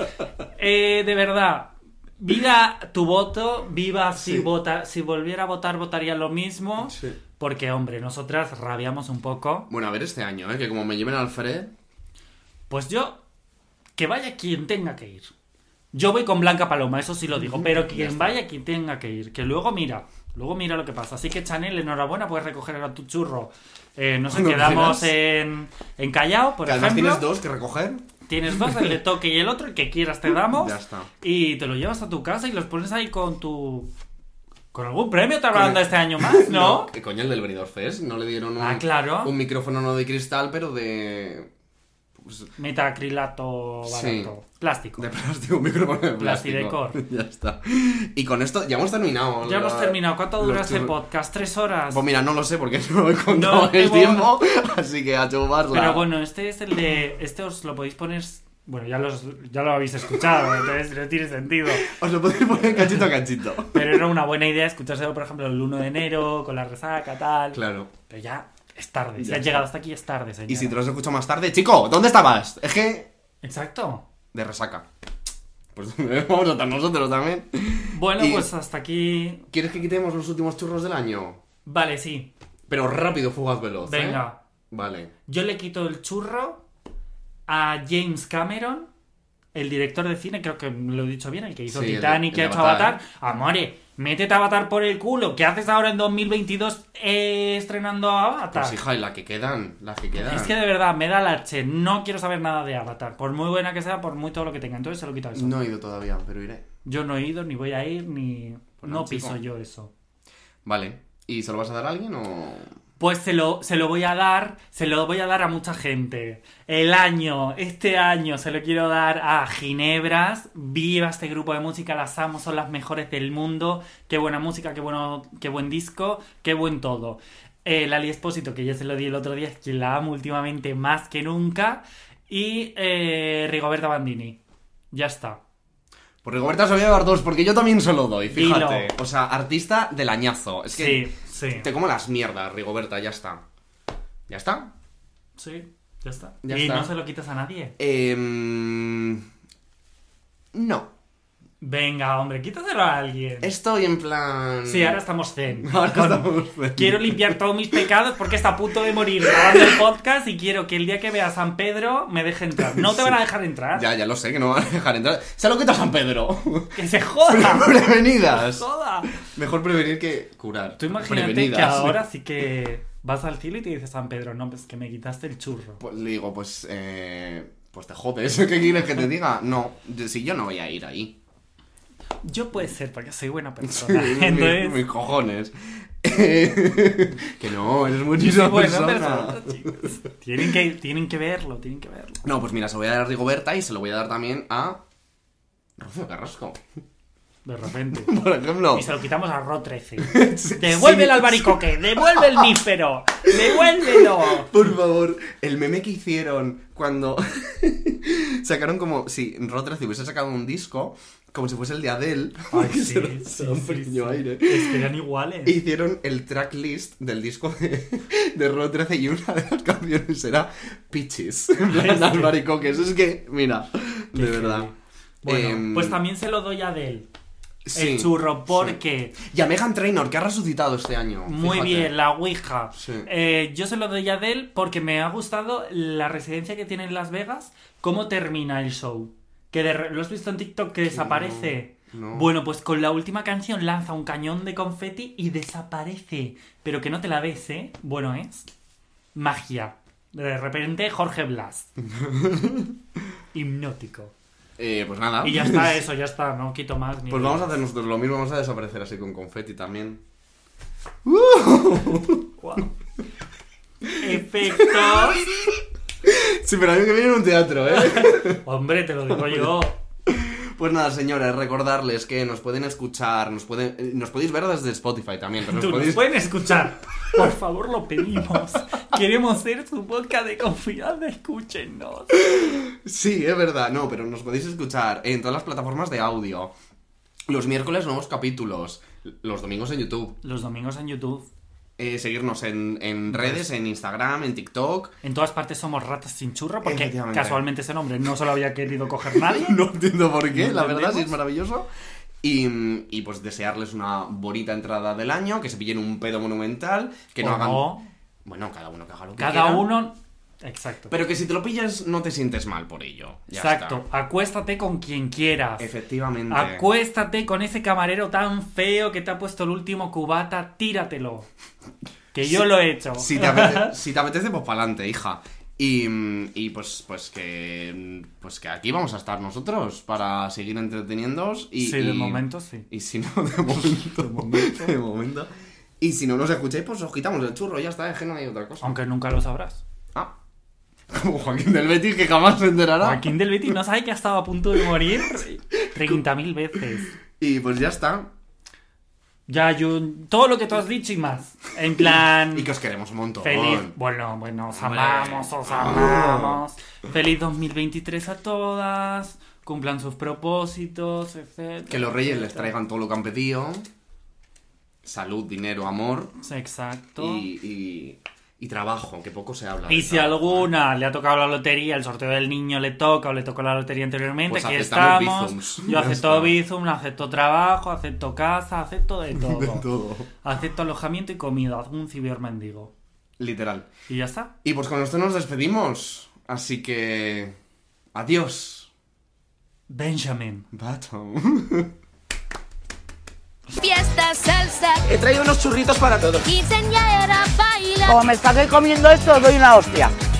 Speaker 2: Eh, de verdad. Viva tu voto, viva si
Speaker 1: Sí.
Speaker 2: vota, si volviera a votar votaría lo mismo,
Speaker 1: Sí.
Speaker 2: porque hombre, nosotras rabiamos un poco.
Speaker 1: Bueno, a ver este año, ¿eh? Que como me lleven al Fred.
Speaker 2: Pues yo, que vaya quien tenga que ir. Yo voy con Blanca Paloma, eso sí lo digo, pero quien vaya quien tenga que ir, que luego mira, luego mira lo que pasa. Así que Chanel, enhorabuena, puedes recoger a tu churro. Eh, nos
Speaker 1: Cuando
Speaker 2: quedamos
Speaker 1: quieras.
Speaker 2: en, en Callao, por
Speaker 1: Que además
Speaker 2: ejemplo.
Speaker 1: tienes dos que recoger.
Speaker 2: Tienes dos, el de toque y el otro, el que quieras te damos.
Speaker 1: Ya está.
Speaker 2: Y te lo llevas a tu casa y los pones ahí con tu... Con algún premio te habrán dado este año más, ¿no?
Speaker 1: ¿Qué coño el del Benidorm Fest? No le dieron un,
Speaker 2: Ah, claro.
Speaker 1: un micrófono no de cristal, pero de. pues,
Speaker 2: Metacrilato barato.
Speaker 1: Sí.
Speaker 2: Plástico.
Speaker 1: de plástico, un micrófono de plástico.
Speaker 2: Plastidecor.
Speaker 1: ya está. Y con esto ya hemos terminado.
Speaker 2: Ya
Speaker 1: la-
Speaker 2: hemos terminado. ¿Cuánto
Speaker 1: los
Speaker 2: dura este
Speaker 1: churros.
Speaker 2: podcast? ¿Tres horas?
Speaker 1: Pues mira, no lo sé porque no he contado
Speaker 2: No,
Speaker 1: el
Speaker 2: hemos-
Speaker 1: tiempo, así que a chuparla.
Speaker 2: Pero bueno, este es el de. Este os lo podéis poner. Bueno, ya, los, ya lo habéis escuchado, entonces no tiene sentido.
Speaker 1: Os lo podéis poner cachito a cachito.
Speaker 2: Pero era una buena idea escuchárselo, por ejemplo, el 1 de enero, con la resaca, tal.
Speaker 1: Claro.
Speaker 2: Pero ya es tarde. Si
Speaker 1: Ya
Speaker 2: has
Speaker 1: está.
Speaker 2: llegado hasta aquí, es tarde, señor.
Speaker 1: Y si te los escucho más tarde, chico, ¿dónde estabas? Es que.
Speaker 2: Exacto.
Speaker 1: De resaca. Pues vamos a estar nosotros también.
Speaker 2: Bueno,
Speaker 1: Y-
Speaker 2: pues hasta aquí.
Speaker 1: ¿Quieres que quitemos los últimos churros del año?
Speaker 2: Vale, sí.
Speaker 1: Pero rápido, fugaz, veloz. ¿eh?
Speaker 2: Venga.
Speaker 1: Vale.
Speaker 2: Yo le quito el churro a James Cameron, el director de cine, creo que lo he dicho bien, el que hizo
Speaker 1: Sí, el de-
Speaker 2: Titanic,
Speaker 1: el
Speaker 2: que ha
Speaker 1: de
Speaker 2: hecho Avatar.
Speaker 1: Avatar.
Speaker 2: Amore, métete a Avatar por el culo. ¿Qué haces ahora en 2022 eh, estrenando Avatar?
Speaker 1: Pues hija, y la que quedan, las que quedan.
Speaker 2: es que de verdad, me da la H. No quiero saber nada de Avatar. Por muy buena que sea, por muy todo lo que tenga. Entonces se lo quito a eso.
Speaker 1: No he ido todavía, pero iré.
Speaker 2: Yo no he ido, ni voy a ir, ni...
Speaker 1: Pues
Speaker 2: no
Speaker 1: nada, chico.
Speaker 2: piso yo eso.
Speaker 1: Vale. ¿Y se lo vas a dar a alguien o.?
Speaker 2: Pues se lo, se lo voy a dar, se lo voy a dar a mucha gente. El año, este año, se lo quiero dar a Ginebras. Viva este grupo de música, las amo, son las mejores del mundo. Qué buena música, qué, bueno, qué buen disco, qué buen todo. El Ali Espósito, que ya se lo di el otro día, es que la amo últimamente más que nunca. Y eh, Rigoberta Bandini. Ya está.
Speaker 1: Porque Roberta Pues se voy a dar dos, porque yo también se lo doy,
Speaker 2: Dilo.
Speaker 1: fíjate. O sea, artista del añazo. Es que
Speaker 2: Sí, sí.
Speaker 1: te como las mierdas, Rigoberta, ya está. ¿Ya está?
Speaker 2: Sí, ya está.
Speaker 1: Ya
Speaker 2: y
Speaker 1: está.
Speaker 2: no se lo quitas a nadie.
Speaker 1: Em, No.
Speaker 2: Venga, hombre, quítaselo a alguien.
Speaker 1: Estoy en plan.
Speaker 2: Sí, ahora estamos zen.
Speaker 1: Ahora
Speaker 2: Con-
Speaker 1: estamos zen.
Speaker 2: Quiero limpiar todos mis pecados porque está a punto de morir grabando el podcast y quiero que el día que vea a San Pedro me deje entrar. No te van a dejar entrar.
Speaker 1: Ya, ya lo sé, que no me van a dejar entrar. Se lo quita San Pedro.
Speaker 2: Que se joda.
Speaker 1: Prevenidas.
Speaker 2: joda.
Speaker 1: Mejor prevenir que curar.
Speaker 2: Tú imagínate
Speaker 1: Prevenidas.
Speaker 2: que ahora sí que vas al cielo y te dice San Pedro, no, pues que me quitaste el churro.
Speaker 1: Pues le digo, pues. Eh, pues te jodes, ¿qué quieres que te diga? No, yo- si yo no voy a ir ahí.
Speaker 2: Yo puede ser porque soy buena
Speaker 1: Sí,
Speaker 2: persona.
Speaker 1: mis,
Speaker 2: ¿eh? Entonces,
Speaker 1: mis cojones. que... que no, eres buenísima
Speaker 2: Bueno,
Speaker 1: persona.
Speaker 2: persona, chicos. Tienen que, tienen que verlo, tienen que verlo.
Speaker 1: No, pues mira, se lo voy a dar a Rigoberta y se lo voy a dar también a... Rocío Carrasco,
Speaker 2: De repente.
Speaker 1: por ejemplo.
Speaker 2: Y se lo quitamos a Ro 13. Devuelve el albaricoque, devuelve el nífero, devuélvelo.
Speaker 1: Por favor, el meme que hicieron cuando sacaron como si Rotra se hubiese sacado un disco, como si fuese el de Adele. porque se lo- se da un pequeño aire.
Speaker 2: Es que eran iguales.
Speaker 1: E hicieron el tracklist del disco de, de Rod 13 y una de las canciones era Peaches, en
Speaker 2: Es
Speaker 1: plan
Speaker 2: que-
Speaker 1: albaricoques. Es que, mira,
Speaker 2: Qué
Speaker 1: de verdad.
Speaker 2: heavy. Bueno,
Speaker 1: Em,
Speaker 2: pues también se lo doy a Del.
Speaker 1: sí,
Speaker 2: el churro,
Speaker 1: sí.
Speaker 2: porque
Speaker 1: Y a Megan Trainor, que ha resucitado este año.
Speaker 2: muy
Speaker 1: fíjate.
Speaker 2: bien, la Ouija.
Speaker 1: Sí.
Speaker 2: Eh, yo se lo doy a Del porque me ha gustado la residencia que tiene en Las Vegas, cómo termina el show. Que de re- ¿Lo has visto en TikTok que desaparece?
Speaker 1: no.
Speaker 2: Bueno, pues con la última canción lanza un cañón de confeti y desaparece. Pero que no te la ves, ¿eh? Bueno, es magia. De repente, Jorge Blas. Hipnótico.
Speaker 1: Eh, pues nada.
Speaker 2: Y ya está eso, ya está, no quito más. Ni
Speaker 1: Pues vamos a hacer nosotros lo mismo, vamos a desaparecer así con confeti también.
Speaker 2: Guau. Efectos.
Speaker 1: Sí, pero a mí que viene en un teatro, ¿eh?
Speaker 2: Hombre, te lo digo yo.
Speaker 1: Pues nada, señores, recordarles que nos pueden escuchar, nos pueden, eh, nos podéis ver desde Spotify también, pero nos
Speaker 2: Tú nos
Speaker 1: podéis...
Speaker 2: pueden escuchar. Por favor, lo pedimos. Queremos ser su podcast de confianza. Escúchenos.
Speaker 1: Sí, es verdad, no, pero nos podéis escuchar en todas las plataformas de audio. Los miércoles nuevos capítulos, los domingos en YouTube.
Speaker 2: Los domingos en YouTube.
Speaker 1: Eh, seguirnos en, en redes, en Instagram, en TikTok.
Speaker 2: En todas partes somos ratas sin churro porque
Speaker 1: Efectivamente.
Speaker 2: casualmente ese nombre no se lo había querido coger nadie.
Speaker 1: No entiendo por qué,
Speaker 2: No
Speaker 1: la verdad, sí
Speaker 2: entendemos.
Speaker 1: es maravilloso. Y, y, pues desearles una bonita entrada del año, que se pillen un pedo monumental, que no
Speaker 2: O
Speaker 1: hagan...
Speaker 2: no.
Speaker 1: Bueno, cada uno que haga lo que
Speaker 2: Cada
Speaker 1: quiera.
Speaker 2: uno. Exacto.
Speaker 1: Pero que si te lo pillas no te sientes mal por ello. Ya
Speaker 2: Exacto. Acuéstate con quien quieras.
Speaker 1: está. Efectivamente.
Speaker 2: Acuéstate con ese camarero tan feo que te ha puesto el último cubata, tíratelo. Que yo lo he hecho.
Speaker 1: Si te apetece, si te apetece pues pa'lante, hija. Y, mm, y pues, pues que pues que aquí vamos a estar nosotros para seguir entreteniéndoos y,
Speaker 2: Sí, de
Speaker 1: y-
Speaker 2: momento sí.
Speaker 1: Y si no, de momento. De momento. Y si no nos escucháis, pues os quitamos el churro, ya está, es que no hay otra cosa.
Speaker 2: Aunque nunca lo sabrás.
Speaker 1: Ah. Como Joaquín del Betis, que jamás se enterará.
Speaker 2: Joaquín del Betis no sabe que ha estado a punto de morir 30.000 veces.
Speaker 1: Y pues ya está.
Speaker 2: Ya, yo. Todo lo que tú has dicho y más. En plan.
Speaker 1: Y que os queremos un montón.
Speaker 2: Feliz. Bueno, bueno, os
Speaker 1: Hombre.
Speaker 2: amamos, os
Speaker 1: Ah.
Speaker 2: amamos. Feliz 2023 a todas. Cumplan sus propósitos, etc.
Speaker 1: Que los reyes les traigan todo lo que han pedido. Salud, dinero, amor
Speaker 2: Exacto.
Speaker 1: y, y- y trabajo, que poco se habla. de
Speaker 2: Y si
Speaker 1: trabajo,
Speaker 2: alguna le ha tocado la lotería, el sorteo del niño le toca o le tocó la lotería anteriormente,
Speaker 1: Pues
Speaker 2: aquí
Speaker 1: aceptamos
Speaker 2: estamos.
Speaker 1: Bizums.
Speaker 2: Yo
Speaker 1: Ya
Speaker 2: acepto
Speaker 1: está.
Speaker 2: Bizum, acepto trabajo, acepto casa, acepto de todo.
Speaker 1: ¿eh? Todo.
Speaker 2: Acepto alojamiento y comida, un cibermendigo.
Speaker 1: Literal.
Speaker 2: Y ya está.
Speaker 1: Y pues con esto nos despedimos. Así que. Adiós.
Speaker 2: Benjamin.
Speaker 1: Baton.
Speaker 5: Fiesta, salsa,
Speaker 6: He traído unos churritos para todos.
Speaker 5: quinceañera, baila.
Speaker 7: Como me estaré comiendo esto, os doy una hostia.